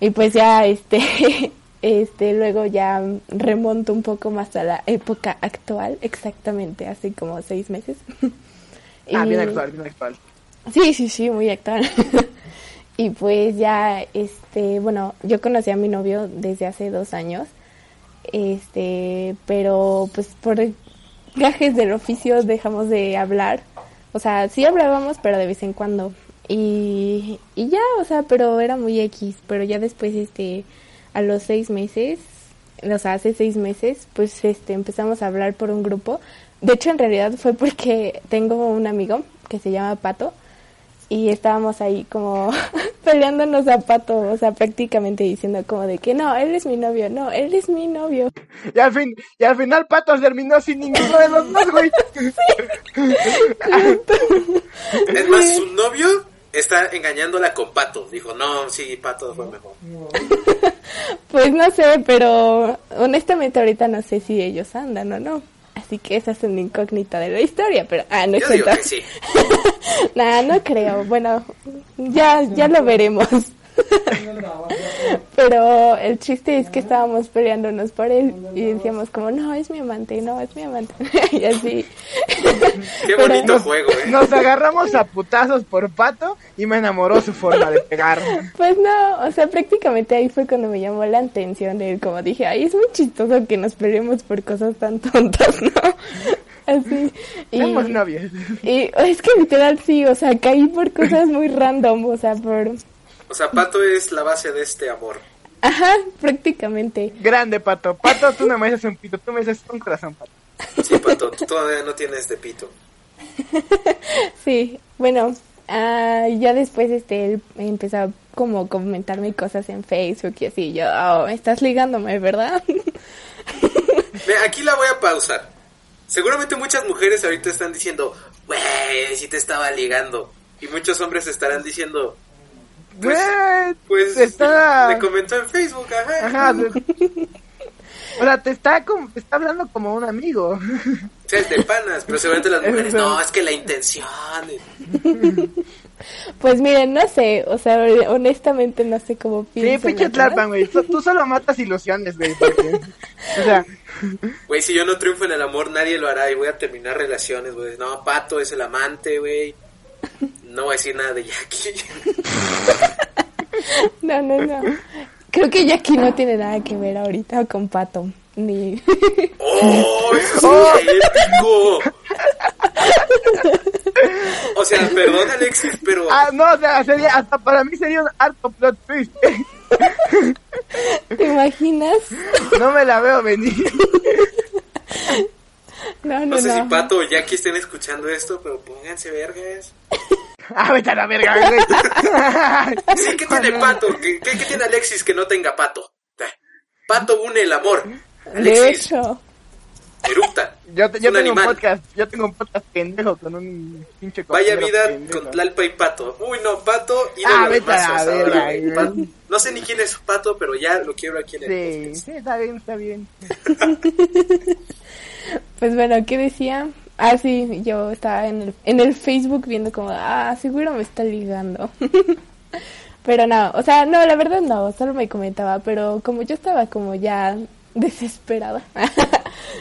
C: Y pues ya, este, este, luego ya remonto un poco más a la época actual, exactamente, hace como seis meses.
A: Ah, bien
C: Y-
A: actual, bien actual.
C: Sí, sí, sí, muy actual. y pues ya, este, bueno, yo conocí a mi novio desde hace dos años, este, pero pues por gajes del oficio dejamos de hablar. O sea, sí hablábamos, pero de vez en cuando. Y, y ya, o sea, pero era muy X. Pero ya después, este, a los seis meses, o sea, hace seis meses, pues este, empezamos a hablar por un grupo. De hecho, en realidad fue porque tengo un amigo que se llama Pato y estábamos ahí como peleándonos a Pato, o sea, prácticamente diciendo como de que no, él es mi novio, no, él es mi novio.
A: Y al, fin, y al final Pato terminó sin ninguno de los dos, güey.
B: Es más, su novio está engañándola con Pato. Dijo, no, sí, Pato fue mejor.
C: Pues no sé, pero honestamente ahorita no sé si ellos andan o no. Así que esa es una incógnita de la historia, pero ah, no es
B: Yo digo
C: cierto.
B: que sí.
C: Nah, no creo. Bueno, ya, ya lo veremos. Pero el chiste es que estábamos peleándonos por él y decíamos como, no, es mi amante, no, es mi amante. Y así.
B: Qué
C: Pero-
B: bonito juego, ¿eh?
A: Nos agarramos a putazos por Pato y me enamoró su forma de pegar.
C: Pues no, o sea, prácticamente ahí fue cuando me llamó la atención de él, como dije, ay, es muy chistoso que nos peleemos por cosas tan tontas, ¿no? Así. Y,
A: Somos novios.
C: y es que literal sí, o sea, caí por cosas muy random, o sea, por...
B: O sea, Pato es la base de este amor.
C: Ajá, prácticamente.
A: Grande, Pato. Pato, tú no me dices un pito, tú me dices un corazón, Pato.
B: Sí, Pato, tú todavía no tienes de pito.
C: Sí, bueno, ah, ya después este, él empezó a como comentarme cosas en Facebook y así, yo, "Oh, estás ligándome, ¿verdad?
B: Ve, aquí la voy a pausar. Seguramente muchas mujeres ahorita están diciendo, güey, si te estaba ligando. Y muchos hombres estarán diciendo, Pues-
A: Güey,
B: pues,
A: te está...
B: le comentó en Facebook, ajá.
A: Ajá, te- O sea, te está, como- te está hablando como un amigo.
B: O sea, es de panas, pero seguramente las mujeres,
A: Eso.
B: no, es que la intención. eh".
C: Pues miren, no sé, o sea, honestamente no sé cómo
A: Sí,
C: piensan
A: pinche
C: las demás.
A: Tlalpan, güey. So- Tú solo matas ilusiones, güey. porque- O sea,
B: Güey, si yo no triunfo en el amor, nadie lo hará y voy a terminar relaciones, güey. No, Pato es el amante, güey. No voy a decir nada de Jackie.
C: No, no, no. Creo que Jackie no tiene nada que ver ahorita con Pato, ni...
B: ¡Oh! ¡Eso es
A: ¡Oh!
B: épico! O sea, perdón, Alexis, pero...
A: ah, no, o sea, sería, hasta para mí sería un harto plot twist.
C: ¿Te imaginas?
A: No me la veo venir.
C: No, no,
B: No sé si
C: no.
B: Pato o Jackie estén escuchando esto, pero pónganse vergas.
A: Ah, vete a la verga, güey.
B: Sí, ¿qué tiene Pato? ¿Qué, qué, qué tiene Alexis que no tenga Pato? Ah, Pato une el amor.
C: De
B: Alexis,
C: hecho,
B: eructa.
A: Yo, te- yo
B: Un
A: tengo
B: animal.
A: un podcast, yo tengo un podcast pendejo con un pinche
B: Vaya
A: compañero
B: vida
A: pendejo.
B: con Tlalpa y Pato. Uy, no, Pato y de
A: Ah,
B: los
A: vete a la
B: mazos ahora,
A: verga,
B: güey.
A: güey.
B: Pato- No sé ni quién es Pato, pero ya lo quiero aquí en el
A: Sí,
B: podcast.
A: sí, está bien, está bien.
C: pues bueno, ¿qué decía? Ah, sí, yo estaba en el, en el Facebook viendo como, ah, seguro me está ligando. Pero no, o sea, no, la verdad no, solo me comentaba, pero como yo estaba como ya desesperada,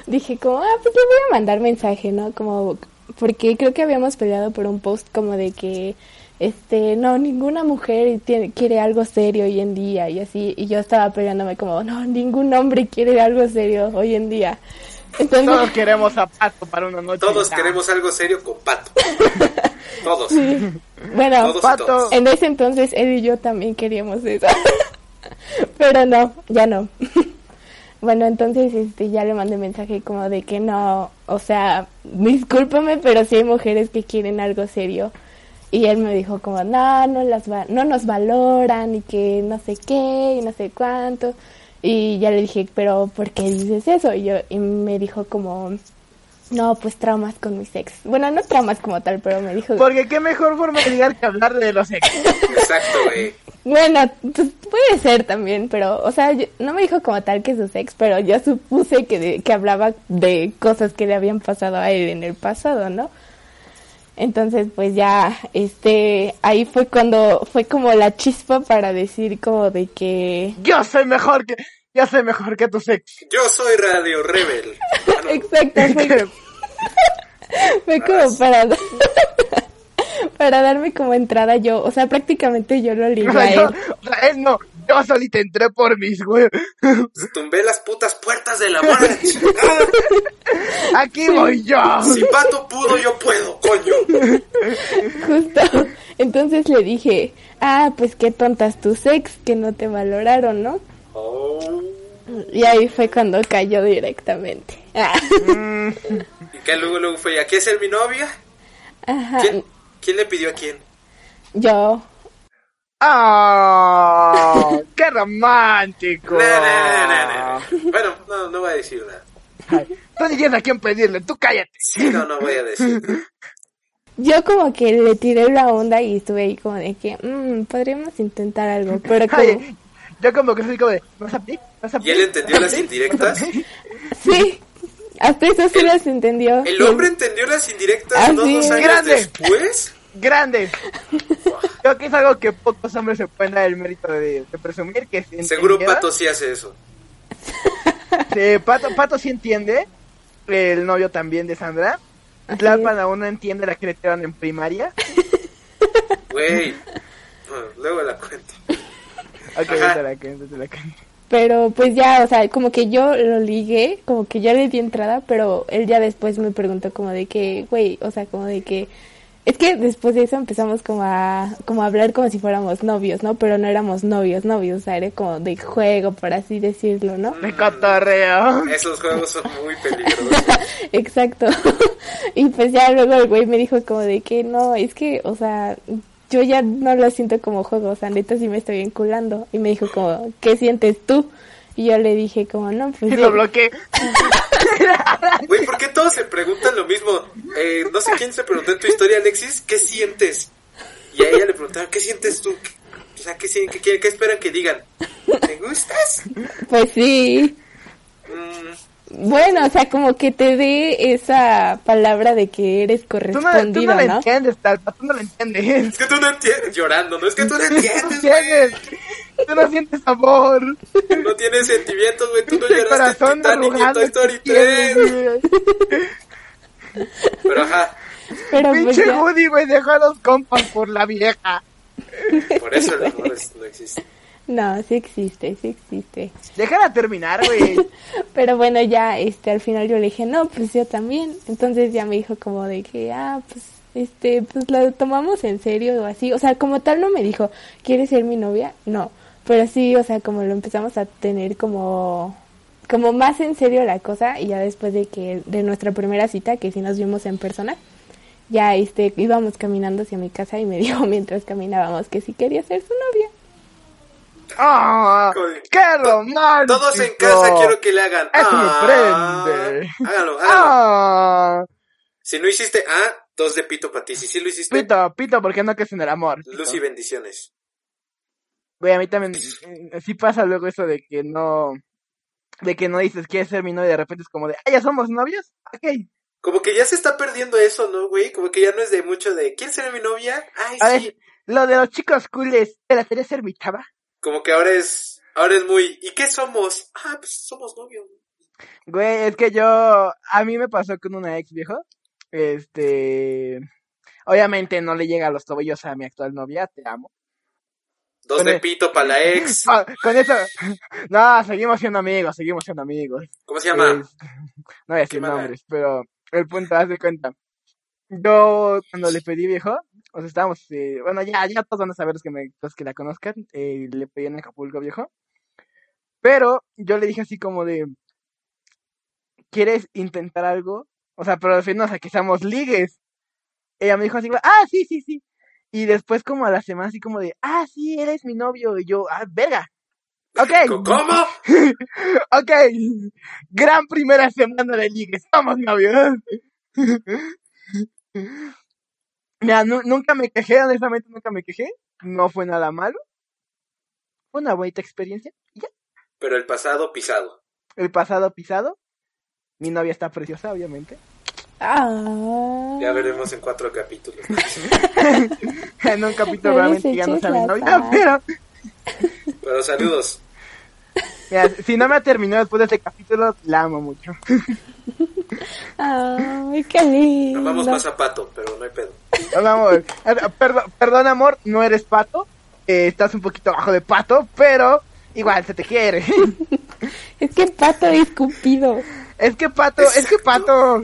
C: dije como, ah, pues le voy a mandar mensaje, ¿no? Como, porque creo que habíamos peleado por un post como de que, este, no, ninguna mujer tiene- quiere algo serio hoy en día y así, y yo estaba peleándome como, no, ningún hombre quiere algo serio hoy en día. Entonces,
A: Todos queremos zapato para una noche.
B: Todos
A: de-
B: queremos algo serio con pato. Todos.
C: bueno,
B: Todos y
A: Pato.
B: todas.
C: en ese entonces él y yo también queríamos eso. Pero no, ya no. Bueno, entonces este ya le mandé mensaje como de que no, o sea, discúlpame, pero sí hay mujeres que quieren algo serio. Y él me dijo como, "No, no las va- no nos valoran y que no sé qué y no sé cuánto." Y ya le dije, "Pero ¿por qué dices eso?" Y yo y me dijo como, "No, pues traumas con mi ex." Bueno, no traumas como tal, pero me dijo
A: Porque qué mejor forma de ligar que hablar de los ex.
B: Exacto, güey.
C: Bueno, pues, puede ser también, pero, o sea, yo- no me dijo como tal que su ex, pero yo supuse que, de- que hablaba de cosas que le habían pasado a él en el pasado, ¿no? Entonces, pues ya, este, ahí fue cuando fue como la chispa para decir como de que...
A: Yo soy mejor que, yo soy mejor que tus ex.
B: Yo soy Radio Rebel. Ah, no.
C: Exacto, fue, fue como para, para darme como entrada yo, o sea, prácticamente yo lo ligué a
A: Yo-
C: él.
A: o sea, él no, yo solita entré por mis güey.
B: pues, Tumbé las putas puertas del amor a la chingada.
A: Aquí voy yo.
B: Si Pato pudo, yo puedo, coño.
C: Justo. Entonces le dije, ah, pues qué tontas tus ex que no te valoraron, ¿no?
B: Oh.
C: Y ahí fue cuando cayó directamente. Ah,
A: Mm,
B: Y que luego, luego fue, ¿a qué ser mi novia?
C: Ajá.
B: ¿Quién, quién le pidió a quién?
C: Yo,
A: ah, ¡Qué romántico!
B: No, no, no, no, no. Bueno, no, no voy a decir nada.
A: Ay, Tú ni tienes a quién pedirle, tú cállate.
B: Sí, no, no voy a decir.
C: yo como que le tiré la onda y estuve ahí como de que, mmm, podríamos intentar algo, pero como,
A: Ay, yo como que soy como de, ¿vas a pedir? ¿Vas a
B: ¿Y él
A: pedir?
B: entendió
A: ¿Vas a
B: las
A: pedir?
B: indirectas?
A: ¿Vas a pedir?
C: sí, hasta eso sí
B: El-
C: las entendió.
B: ¿El hombre entendió las indirectas
C: Ah,
B: no
C: sí.
B: dos años
A: Grande.
B: después?
A: Grande. Creo que es algo que pocos hombres se pueden dar el mérito de, de presumir que se
B: Seguro
A: entendieron.
B: Pato sí hace eso.
A: Sí, Pato, Pato sí entiende. El novio también de Sandra. Tlalpan aún no entiende la que le tiraron en primaria.
B: Güey. Bueno, luego la cuento.
A: Ok,
B: Ajá.
A: ahorita la cuento, ahorita la cuento.
C: Pero pues ya, o sea, como que yo lo ligué, como que ya le di entrada, pero él ya después me preguntó como de que, güey, o sea, como de que... Es que después de eso empezamos como a, como a hablar como si fuéramos novios, ¿no? Pero no éramos novios, novios, o sea, era como de juego, por así decirlo, ¿no?
A: De cotorreo.
B: Esos juegos son muy peligrosos.
C: Exacto. y pues ya luego el güey me dijo como de que no, es que, o sea, yo ya no lo siento como juego, o sea, neta sí me estoy vinculando. Y me dijo como, ¿qué sientes tú? Y yo le dije como, no, pues...
A: Y
C: yo-
A: lo bloqueé.
B: Güey, ¿por qué todos se preguntan lo mismo? Eh, no sé quién se preguntó en tu historia, Alexis, ¿qué sientes? Y a ella le preguntaron, ¿qué sientes tú? ¿Qué- O sea, ¿qué, sien- qué, qué- qué esperan que digan? ¿Te gustas?
C: Pues sí.
B: Mm,
C: Bueno, o sea, como que te dé esa palabra de que eres
A: Tú no, tú no
C: correspondido,
A: la
C: ¿no?
A: entiendes, Tlalpan, tú no la entiendes.
B: es que tú no entiendes. Llorando, ¿no? Es que tú no
A: Tú no
B: entiendes, güey.
A: entiendes. Tú no sientes amor.
B: No tienes sentimientos, güey. Tú no
A: El
B: lloraste en
A: corazón
B: Titanic y en
A: arrugado.
B: Toy Story 3.
A: pues,
B: Pero ajá,
C: Pero pues
A: Pinche
C: ya-
A: Woody, güey, dejó a los compas por la vieja.
B: por eso el amor es- no existe.
C: no, sí existe, sí existe.
A: Déjala terminar, güey.
C: Pero bueno, ya este al final yo le dije, "No, pues yo también." Entonces ya me dijo como de que, "Ah, pues este, pues lo tomamos en serio o así." O sea, como tal no me dijo, "¿Quieres ser mi novia?" No, pero sí, o sea, como lo empezamos a tener como como más en serio la cosa y ya después de que de nuestra primera cita que sí nos vimos en persona, ya este íbamos caminando hacia mi casa y me dijo mientras caminábamos que sí quería ser su novia.
A: Ah, ¡Qué romántico!
B: Todos en casa quiero que le hagan.
A: Eso me
B: "Ah".
A: prende.
B: Hágalo, hágalo.
A: ¡Ah!
B: Si no hiciste A, dos de pito para ti. Si sí lo hiciste,
A: Pito, pito, ¿por qué no que en el amor? Pito.
B: luz y bendiciones.
A: Güey, a mí también eh, sí pasa luego eso de que no... De que no dices, ¿quieres ser mi novia? Y de repente es como de, ¡ah, ya somos novios! Ok.
B: Como que ya se está perdiendo eso, ¿no, güey? Como que ya no es de mucho de, ¿quieres ser mi novia? Ay,
A: A
B: sí.
A: ver, lo de los chicos cooles, ¿te la querías ser mi chava?
B: Como que ahora es, ahora es muy, ¿y qué somos? Ah, pues somos novios.
A: Güey, es que yo, a mí me pasó con una ex viejo, este, obviamente no le llega a los tobillos a mi actual novia, te amo,
B: Dos
A: Con
B: de
A: el-
B: pito para la ex.
A: Ah, con eso. No, seguimos siendo amigos, seguimos siendo amigos.
B: ¿Cómo se llama?
A: Es- Eh, no voy a decir
B: mala.
A: nombres, pero el punto, haz de cuenta. Yo, cuando le pedí viejo, o sea, estábamos, eh, bueno, ya, ya todos van a saber los que, me, los que la conozcan, eh, le pedí en Acapulco viejo. Pero yo le dije así como de, ¿quieres intentar algo? O sea, pero referirnos a que seamos ligues. Ella me dijo así, como, ah, sí, sí, sí. Y después como a la semana así como de, ah, sí, eres mi novio. Y yo, ah, verga. Ok.
B: ¿Co- ¿Cómo?
A: Ok, gran primera semana de liga, estamos novios. Mira, nu- nunca me quejé, honestamente nunca me quejé, no fue nada malo. Fue una bonita experiencia. Y ya,
B: Pero el pasado pisado.
A: el pasado pisado. Mi novia está preciosa, obviamente.
C: Ah.
B: Ya veremos en cuatro capítulos.
A: En un capítulo
C: No les
A: realmente ya no
C: eches
A: sabe mi
C: la
A: novia,
C: sal.
A: pero
B: Pero saludos.
A: mira, si no me ha terminado después de este capítulo, la amo mucho.
C: Ay, qué lindo.
B: Nos vamos más a pato, pero no hay pedo.
A: Nos vamos. Eh, Perdón, perdón, amor, no eres pato. eh, estás un poquito abajo de pato, pero igual se te quiere.
C: Es que pato es cupido.
A: Es que pato, es que pato.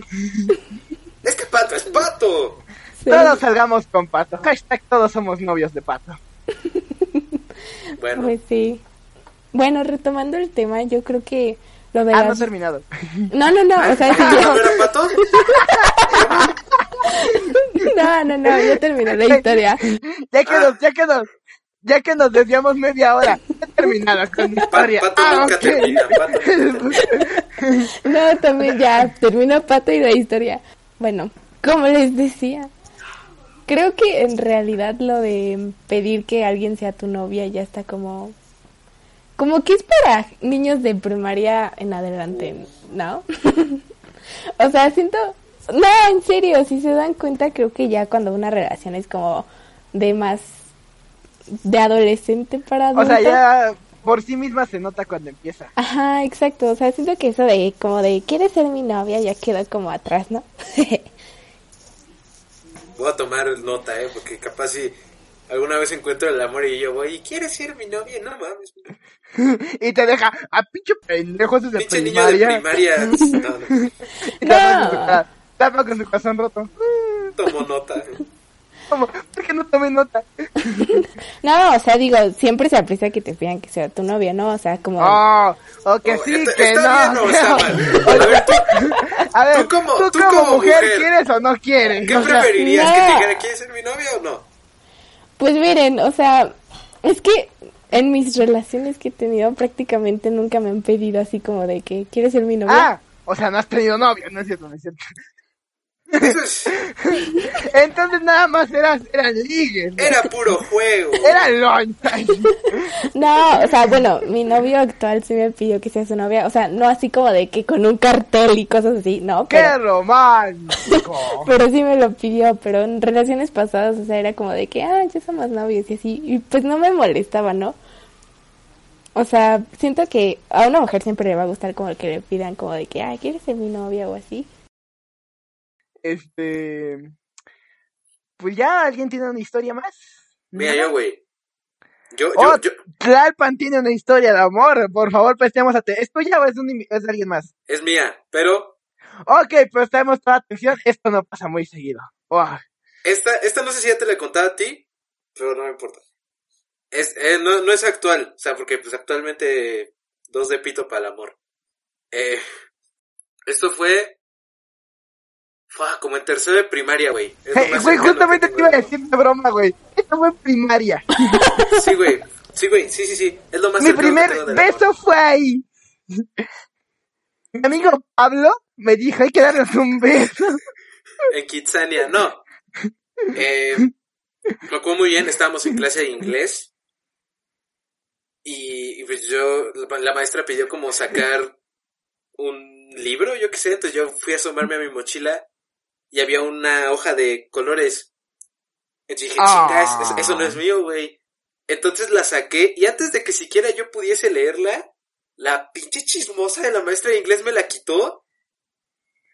B: ¡Es que pato es pato!
C: Sí.
A: Todos salgamos con pato. Hashtag todos somos novios de pato.
B: Bueno,
C: Pues sí. Bueno, retomando el tema, yo creo que lo de
A: Ah, no Ah, he
C: las-
A: terminado.
C: No, no, no, o sea, sí,
B: ¿tú no era pato?
C: yo- no, no, no, ya terminó la historia.
A: Ya que nos, ya que nos, ya que nos desviamos media hora. He terminado con mi
B: Pa-
A: historia.
B: pato
A: Ah,
B: nunca
A: ok.
B: termina, pato nunca termina.
C: No, también ya terminó Pato y la historia. Bueno, como les decía, creo que en realidad lo de pedir que alguien sea tu novia ya está como... Como que es para niños de primaria en adelante, ¿no? o sea, siento... No, en serio, si se dan cuenta, creo que ya cuando una relación es como de más... De adolescente para
A: O
C: adulto.
A: sea, ya por sí misma se nota cuando empieza.
C: Ajá, exacto. O sea, siento que eso de como de quieres ser mi novia ya queda como atrás, ¿no?
B: Voy a tomar nota, ¿eh? Porque capaz si alguna vez encuentro el amor y yo voy, ¿y quieres ser mi novia? No mames.
A: Y te deja a pinche pendejo desde
B: Pinche niño de
A: primaria.
B: primaria. No, no,
A: Y te va
C: No.
A: con su cara- te va con su corazón roto.
B: tomo nota.
A: ¿Cómo? ¿Por qué no tomé nota?
C: no, o sea, digo, siempre se aprecia que te pidan que sea tu novia, ¿no? O sea, como...
A: Oh, o que
B: Oh,
A: sí,
B: ¿está-
A: que
B: está
A: no.
B: bien o está mal?
A: O sea, a ver,
B: ¿tú como- tú
A: como
B: como
A: mujer,
B: mujer?
A: quieres o no quieres?
B: ¿Qué
A: O sea,
B: preferirías? ¿Que te
C: no.
B: dijera, ¿quieres ser mi novia o no?
C: Pues miren, o sea, es que en mis relaciones que he tenido prácticamente nunca me han pedido así como de que quieres ser mi novia.
A: ah, o sea, no has tenido novio, no es cierto, no es cierto.
B: Eso es-
A: Entonces nada más eras, eran ligues. ¿no?
B: era puro juego.
A: Eran lonchas.
C: No, o sea, bueno, mi novio actual sí me pidió que sea su novia. O sea, no así como de que con un cartel y cosas así, no. pero-
A: ¡Qué romántico!
C: Pero sí me lo pidió, pero en relaciones pasadas, o sea, era como de que, ah, ya somos novios y así, y pues no me molestaba, ¿no? O sea, siento que a una mujer siempre le va a gustar como que le pidan como de que, ah, ¿quieres ser mi novia o así?
A: Este... Pues ya, ¿alguien tiene una historia más?
B: Mira, yo, güey. Yo, yo,
A: Oh,
B: yo.
A: Tlalpan tiene una historia de amor, por favor, prestemos atención. ¿Es tuya o es, de un invi- es de alguien más?
B: Es mía, pero
A: Ok, prestemos toda atención, esto no pasa muy seguido. Oh,
B: esta, esta no sé si ya te la he contado a ti, pero no me importa. Es, eh, no, no es actual, o sea, porque pues actualmente dos de pito para el amor. Eh, esto fue... fua, como en tercero de primaria, güey. Es lo
A: Hey,
B: más
A: güey,
B: cercano
A: justamente
B: que
A: te iba a
B: tengo.
A: decir de broma, güey. Esto fue en primaria.
B: Sí, güey. Sí, güey. Sí, sí, sí. Es lo más
A: Mi
B: cercano que
A: primer
B: tengo del amor.
A: beso fue ahí. Mi amigo Pablo me dijo, hay que darnos un beso.
B: En Kitsania, no. Eh, me acuerdo muy bien, estábamos en clase de inglés. Y, y pues yo, la la maestra pidió como sacar un libro, yo qué sé. Entonces yo fui a asomarme a mi mochila y había una hoja de colores. Entonces dije,
A: Ah.
B: "Chinga, es- es- eso no es mío, güey. Entonces la saqué y antes de que siquiera yo pudiese leerla, la pinche chismosa de la maestra de inglés me la quitó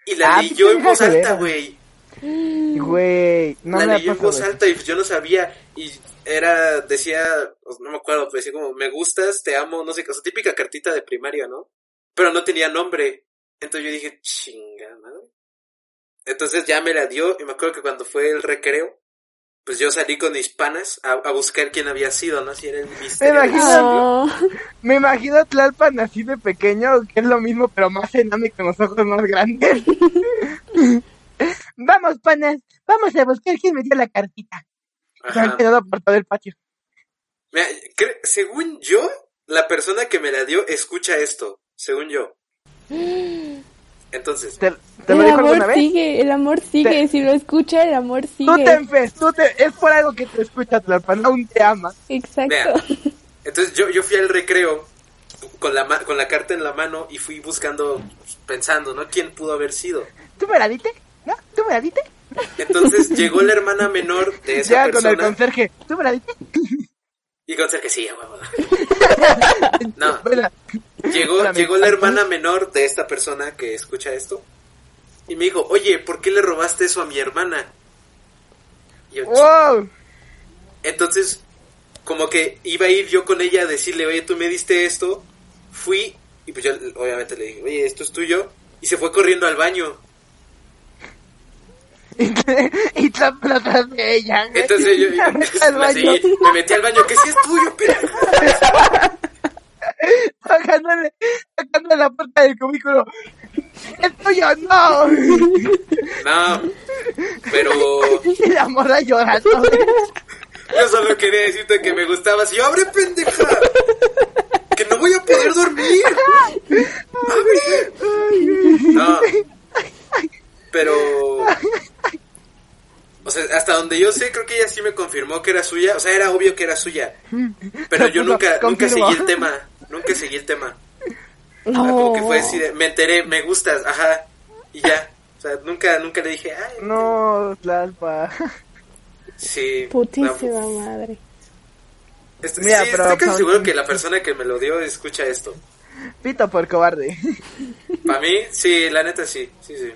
B: y la
A: Ah,
B: leí
A: pinche
B: yo en
A: vieja
B: voz alta,
A: culera.
B: güey.
A: Y, Güey, no
B: la
A: me
B: leí
A: ha
B: en voz
A: pasado. eso.
B: alta y yo no sabía. Y era, decía, pues, no me acuerdo, pero decía como, me gustas, te amo, no sé qué. O sea, típica cartita de primaria, ¿no? Pero no tenía nombre. Entonces yo dije, chinga, madre. Entonces ya me la dio y me acuerdo que cuando fue el recreo, pues yo salí con mis panas a, a buscar quién había sido, ¿no? Si era el misterio. del
A: imagino-
B: siglo.
C: Oh,
A: Me imagino a Tlalpan así de pequeño, que es lo mismo, pero más enano y con los ojos más grandes. vamos, panas, vamos a buscar quién me dio la cartita. Se han
B: Ajá.
A: quedado por todo el patio.
B: Mira, cre- según yo, la persona que me la dio escucha esto, según yo. Entonces,
A: ¿Te, te
C: el
A: lo dijo alguna
C: amor
A: vez?
C: sigue, el amor sigue.
A: Te-
C: Si lo escucha, el amor sigue.
A: Tú te enfes, tú te... Es por algo que te escucha Tlalpan, aún te ama.
C: Exacto.
B: entonces yo, yo fui al recreo con la, ma- con la carta en la mano y fui buscando, pensando, ¿no? ¿Quién pudo haber sido?
A: ¿Tú me la diste? ¿No? ¿Tú me la diste?
B: Entonces llegó la hermana menor de esa
A: Llega con el
B: persona
A: conserje. ¿Tú me la diste?
B: y con ser que sí, a huevo. No,
A: Bueno,
B: Llegó,
A: Espérame.
B: llegó la hermana menor de esta persona que escucha esto y me dijo, oye, ¿por qué le robaste eso a mi hermana? Y yo,
A: wow.
B: Entonces, como que iba a ir yo con ella a decirle, oye, tú me diste esto. Fui, y pues yo obviamente le dije, oye, esto es tuyo. Y se fue corriendo al baño.
A: Y, y Tlalpan atrás de ella. güey.
B: Entonces yo,
A: La meta al
B: la
A: baño.
B: seguí, me metí al baño, que sí es tuyo, pendejo.
A: tocándole, tocándole la puerta del cubículo. ¡Es tuyo, no!
B: No, pero
A: Y la morra llorando.
B: yo solo quería decirte que me gustabas. Y yo, abre, pendeja. Que no voy a poder dormir. No. Pero. O sea, hasta donde yo sé, creo que ella sí me confirmó que era suya. O sea, era obvio que era suya. Pero yo nunca, nunca
A: Confirmo.
B: seguí el tema. Nunca seguí el tema. O sea,
C: No.
B: como que fue así de, me enteré, me gustas, ajá. Y ya. O sea, nunca, nunca le dije, ay.
A: No, Tlalpa.
B: Sí.
C: Putísima
B: no.
C: madre.
B: Est-
A: Mira,
B: sí,
A: pero-
B: estoy casi
A: pero-
B: seguro que la persona que me lo dio escucha esto.
A: Pito por cobarde.
B: Para mí, sí, la neta sí. Sí, sí.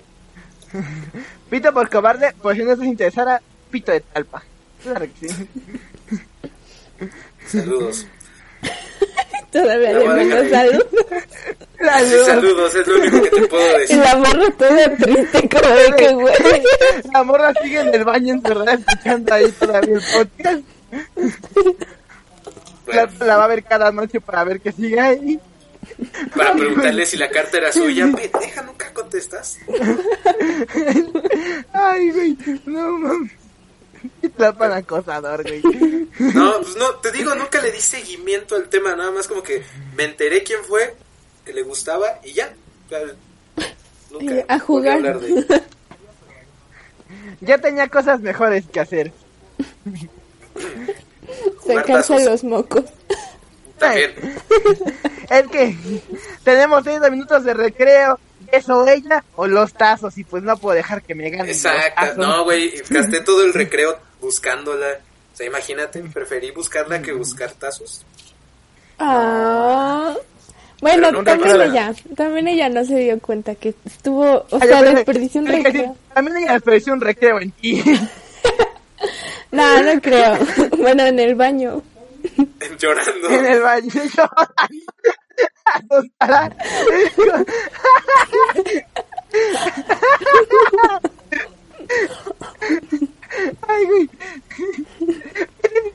A: Pito por cobarde, por si no te interesara, pito de Tlalpa. Claro que sí.
B: Saludos.
C: Todavía
B: No,
C: le
B: vale.
C: mando salud.
B: Sí, saludos, es lo único que te puedo
C: Y
B: decir.
C: la morra toda triste, como de que, güey.
A: La morra sigue en el baño encerrada escuchando ahí todavía el podcast.
B: Bueno.
A: Tlalpa la va a ver cada noche para ver que sigue ahí.
B: Para preguntarle si la carta era suya, pendeja, nunca contestas.
A: Ay, güey, no mames. Tlalpan acosador, güey.
B: No, pues no, te digo, nunca le di seguimiento al tema, nada más como que me enteré quién fue, que le gustaba y ya. O sea, Nunca.
C: A
B: volví
C: jugar.
B: hablar de-
A: Ya tenía cosas mejores que hacer.
B: jugar
C: Sacarse
B: tazos.
C: los mocos.
B: También.
A: Es que tenemos 30 minutos de recreo, eso ella o los tazos, y pues no puedo dejar que me ganen.
B: Exacto.
A: los tazos.
B: No, güey, gasté todo el recreo buscándola. O sea, imagínate, preferí buscarla que buscar tazos.
C: Ah. Bueno,
B: Pero no
C: también
B: recuerda.
C: ella, también ella no se dio cuenta que estuvo, o
A: Ay,
C: sea,
A: espérate,
C: desperdició un
A: es que sí,
C: recreo.
A: También ella desperdició un recreo en ti.
C: No, no creo. Bueno, en el baño.
B: Llorando.
A: en el baño. llorando, asustada. Ay, güey.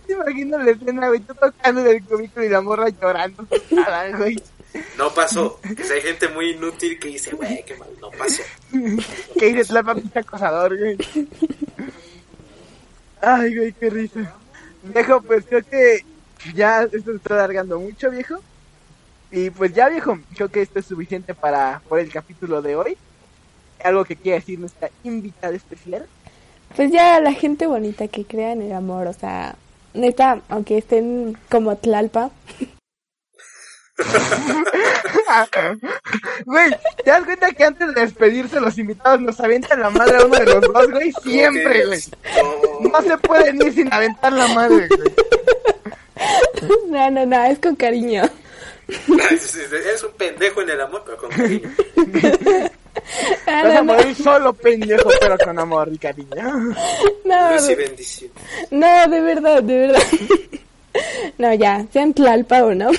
A: Te imagino la escena, güey, tú tocando el cubículo y la morra llorando. asustada, güey.
B: No pasó. O sea, hay gente muy inútil que dice, güey, qué mal, no pasó.
A: Que dices la papita acosador, güey. Ay, güey, qué risa. Viejo, pues creo que ya esto se está alargando mucho, viejo. Y pues ya, viejo, creo que esto es suficiente para por el capítulo de hoy. Algo que quiere decir nuestra invitada especial.
C: Pues ya la gente bonita que crea en el amor, o sea, neta, aunque estén como Tlalpa,
A: Güey, ¿te das cuenta que antes de despedirse los invitados nos avientan la madre a uno de los dos, güey? Siempre, güey.
B: No.
A: No se pueden ir sin aventar la madre, güey.
C: no, no, no, es con cariño.
B: Eres un pendejo en el amor, pero con cariño.
C: Ah,
A: Vas a
C: no, no,
A: morir solo, pendejo, pero con amor y cariño.
C: no,
B: Luz y bendición.
C: no, de verdad, de verdad. No, ya, sean Tlalpa o no.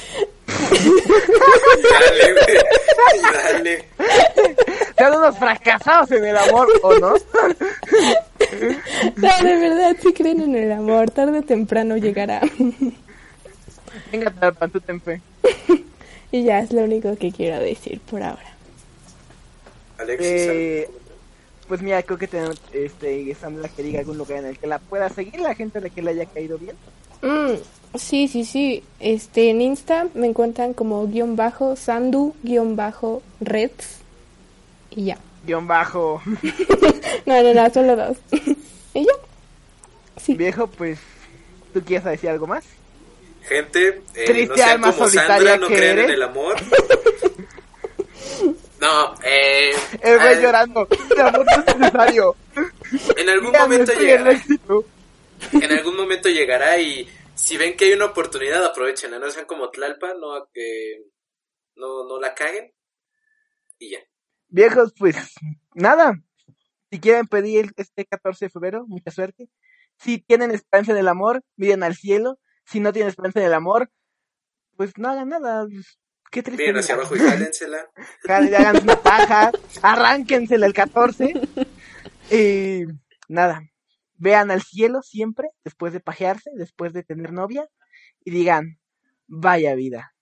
B: Dale, güey. Dale.
A: Sean unos fracasados en el amor, ¿o no?
C: No, de verdad, si creen en el amor, tarde o temprano llegará.
A: Venga, Tlalpan, tú ten fe.
C: Y ya es lo único que quiero decir por ahora.
B: Alexis,
A: Eh,
B: ¿algún comentario?
A: Pues mira, creo que tenemos este, Sandra que diga algún lugar en el que la pueda seguir, la gente de que le haya caído bien.
C: Mm, sí, sí, sí. Este, en Insta me encuentran como guión bajo sandu guión bajo reds. Y ya.
A: Guión bajo.
C: No, no, no, solo dos. y ya. Sí.
A: Viejo, pues, ¿tú quieres decir algo más?
B: Gente, eh,
A: Triste
B: no sean
A: alma
B: como Sandra,
A: solitaria
B: no
A: que
B: crean en
A: eres.
B: el amor. No, eh,
A: El güey
B: al-
A: llorando. El amor no es necesario.
B: en algún
A: Ya,
B: momento
A: estoy en el
B: llegará.
A: éxito.
B: En algún momento llegará y si ven que hay una oportunidad, aprovechenla. No sean como Tlalpa, no, eh, no, no la caguen. Y ya.
A: Viejos, pues nada. Si quieren pedir este 14 de febrero, mucha suerte. Si tienen esperanza en el amor, miren al cielo. Si no tienen esperanza en el amor, pues no hagan nada. Qué triste.
B: Miren hacia
A: vida.
B: abajo y jálensela.
A: Hagan- Hagan una paja, arránquensela el 14. Y nada. Vean al cielo siempre, después de pajearse, después de tener novia, y digan, vaya vida.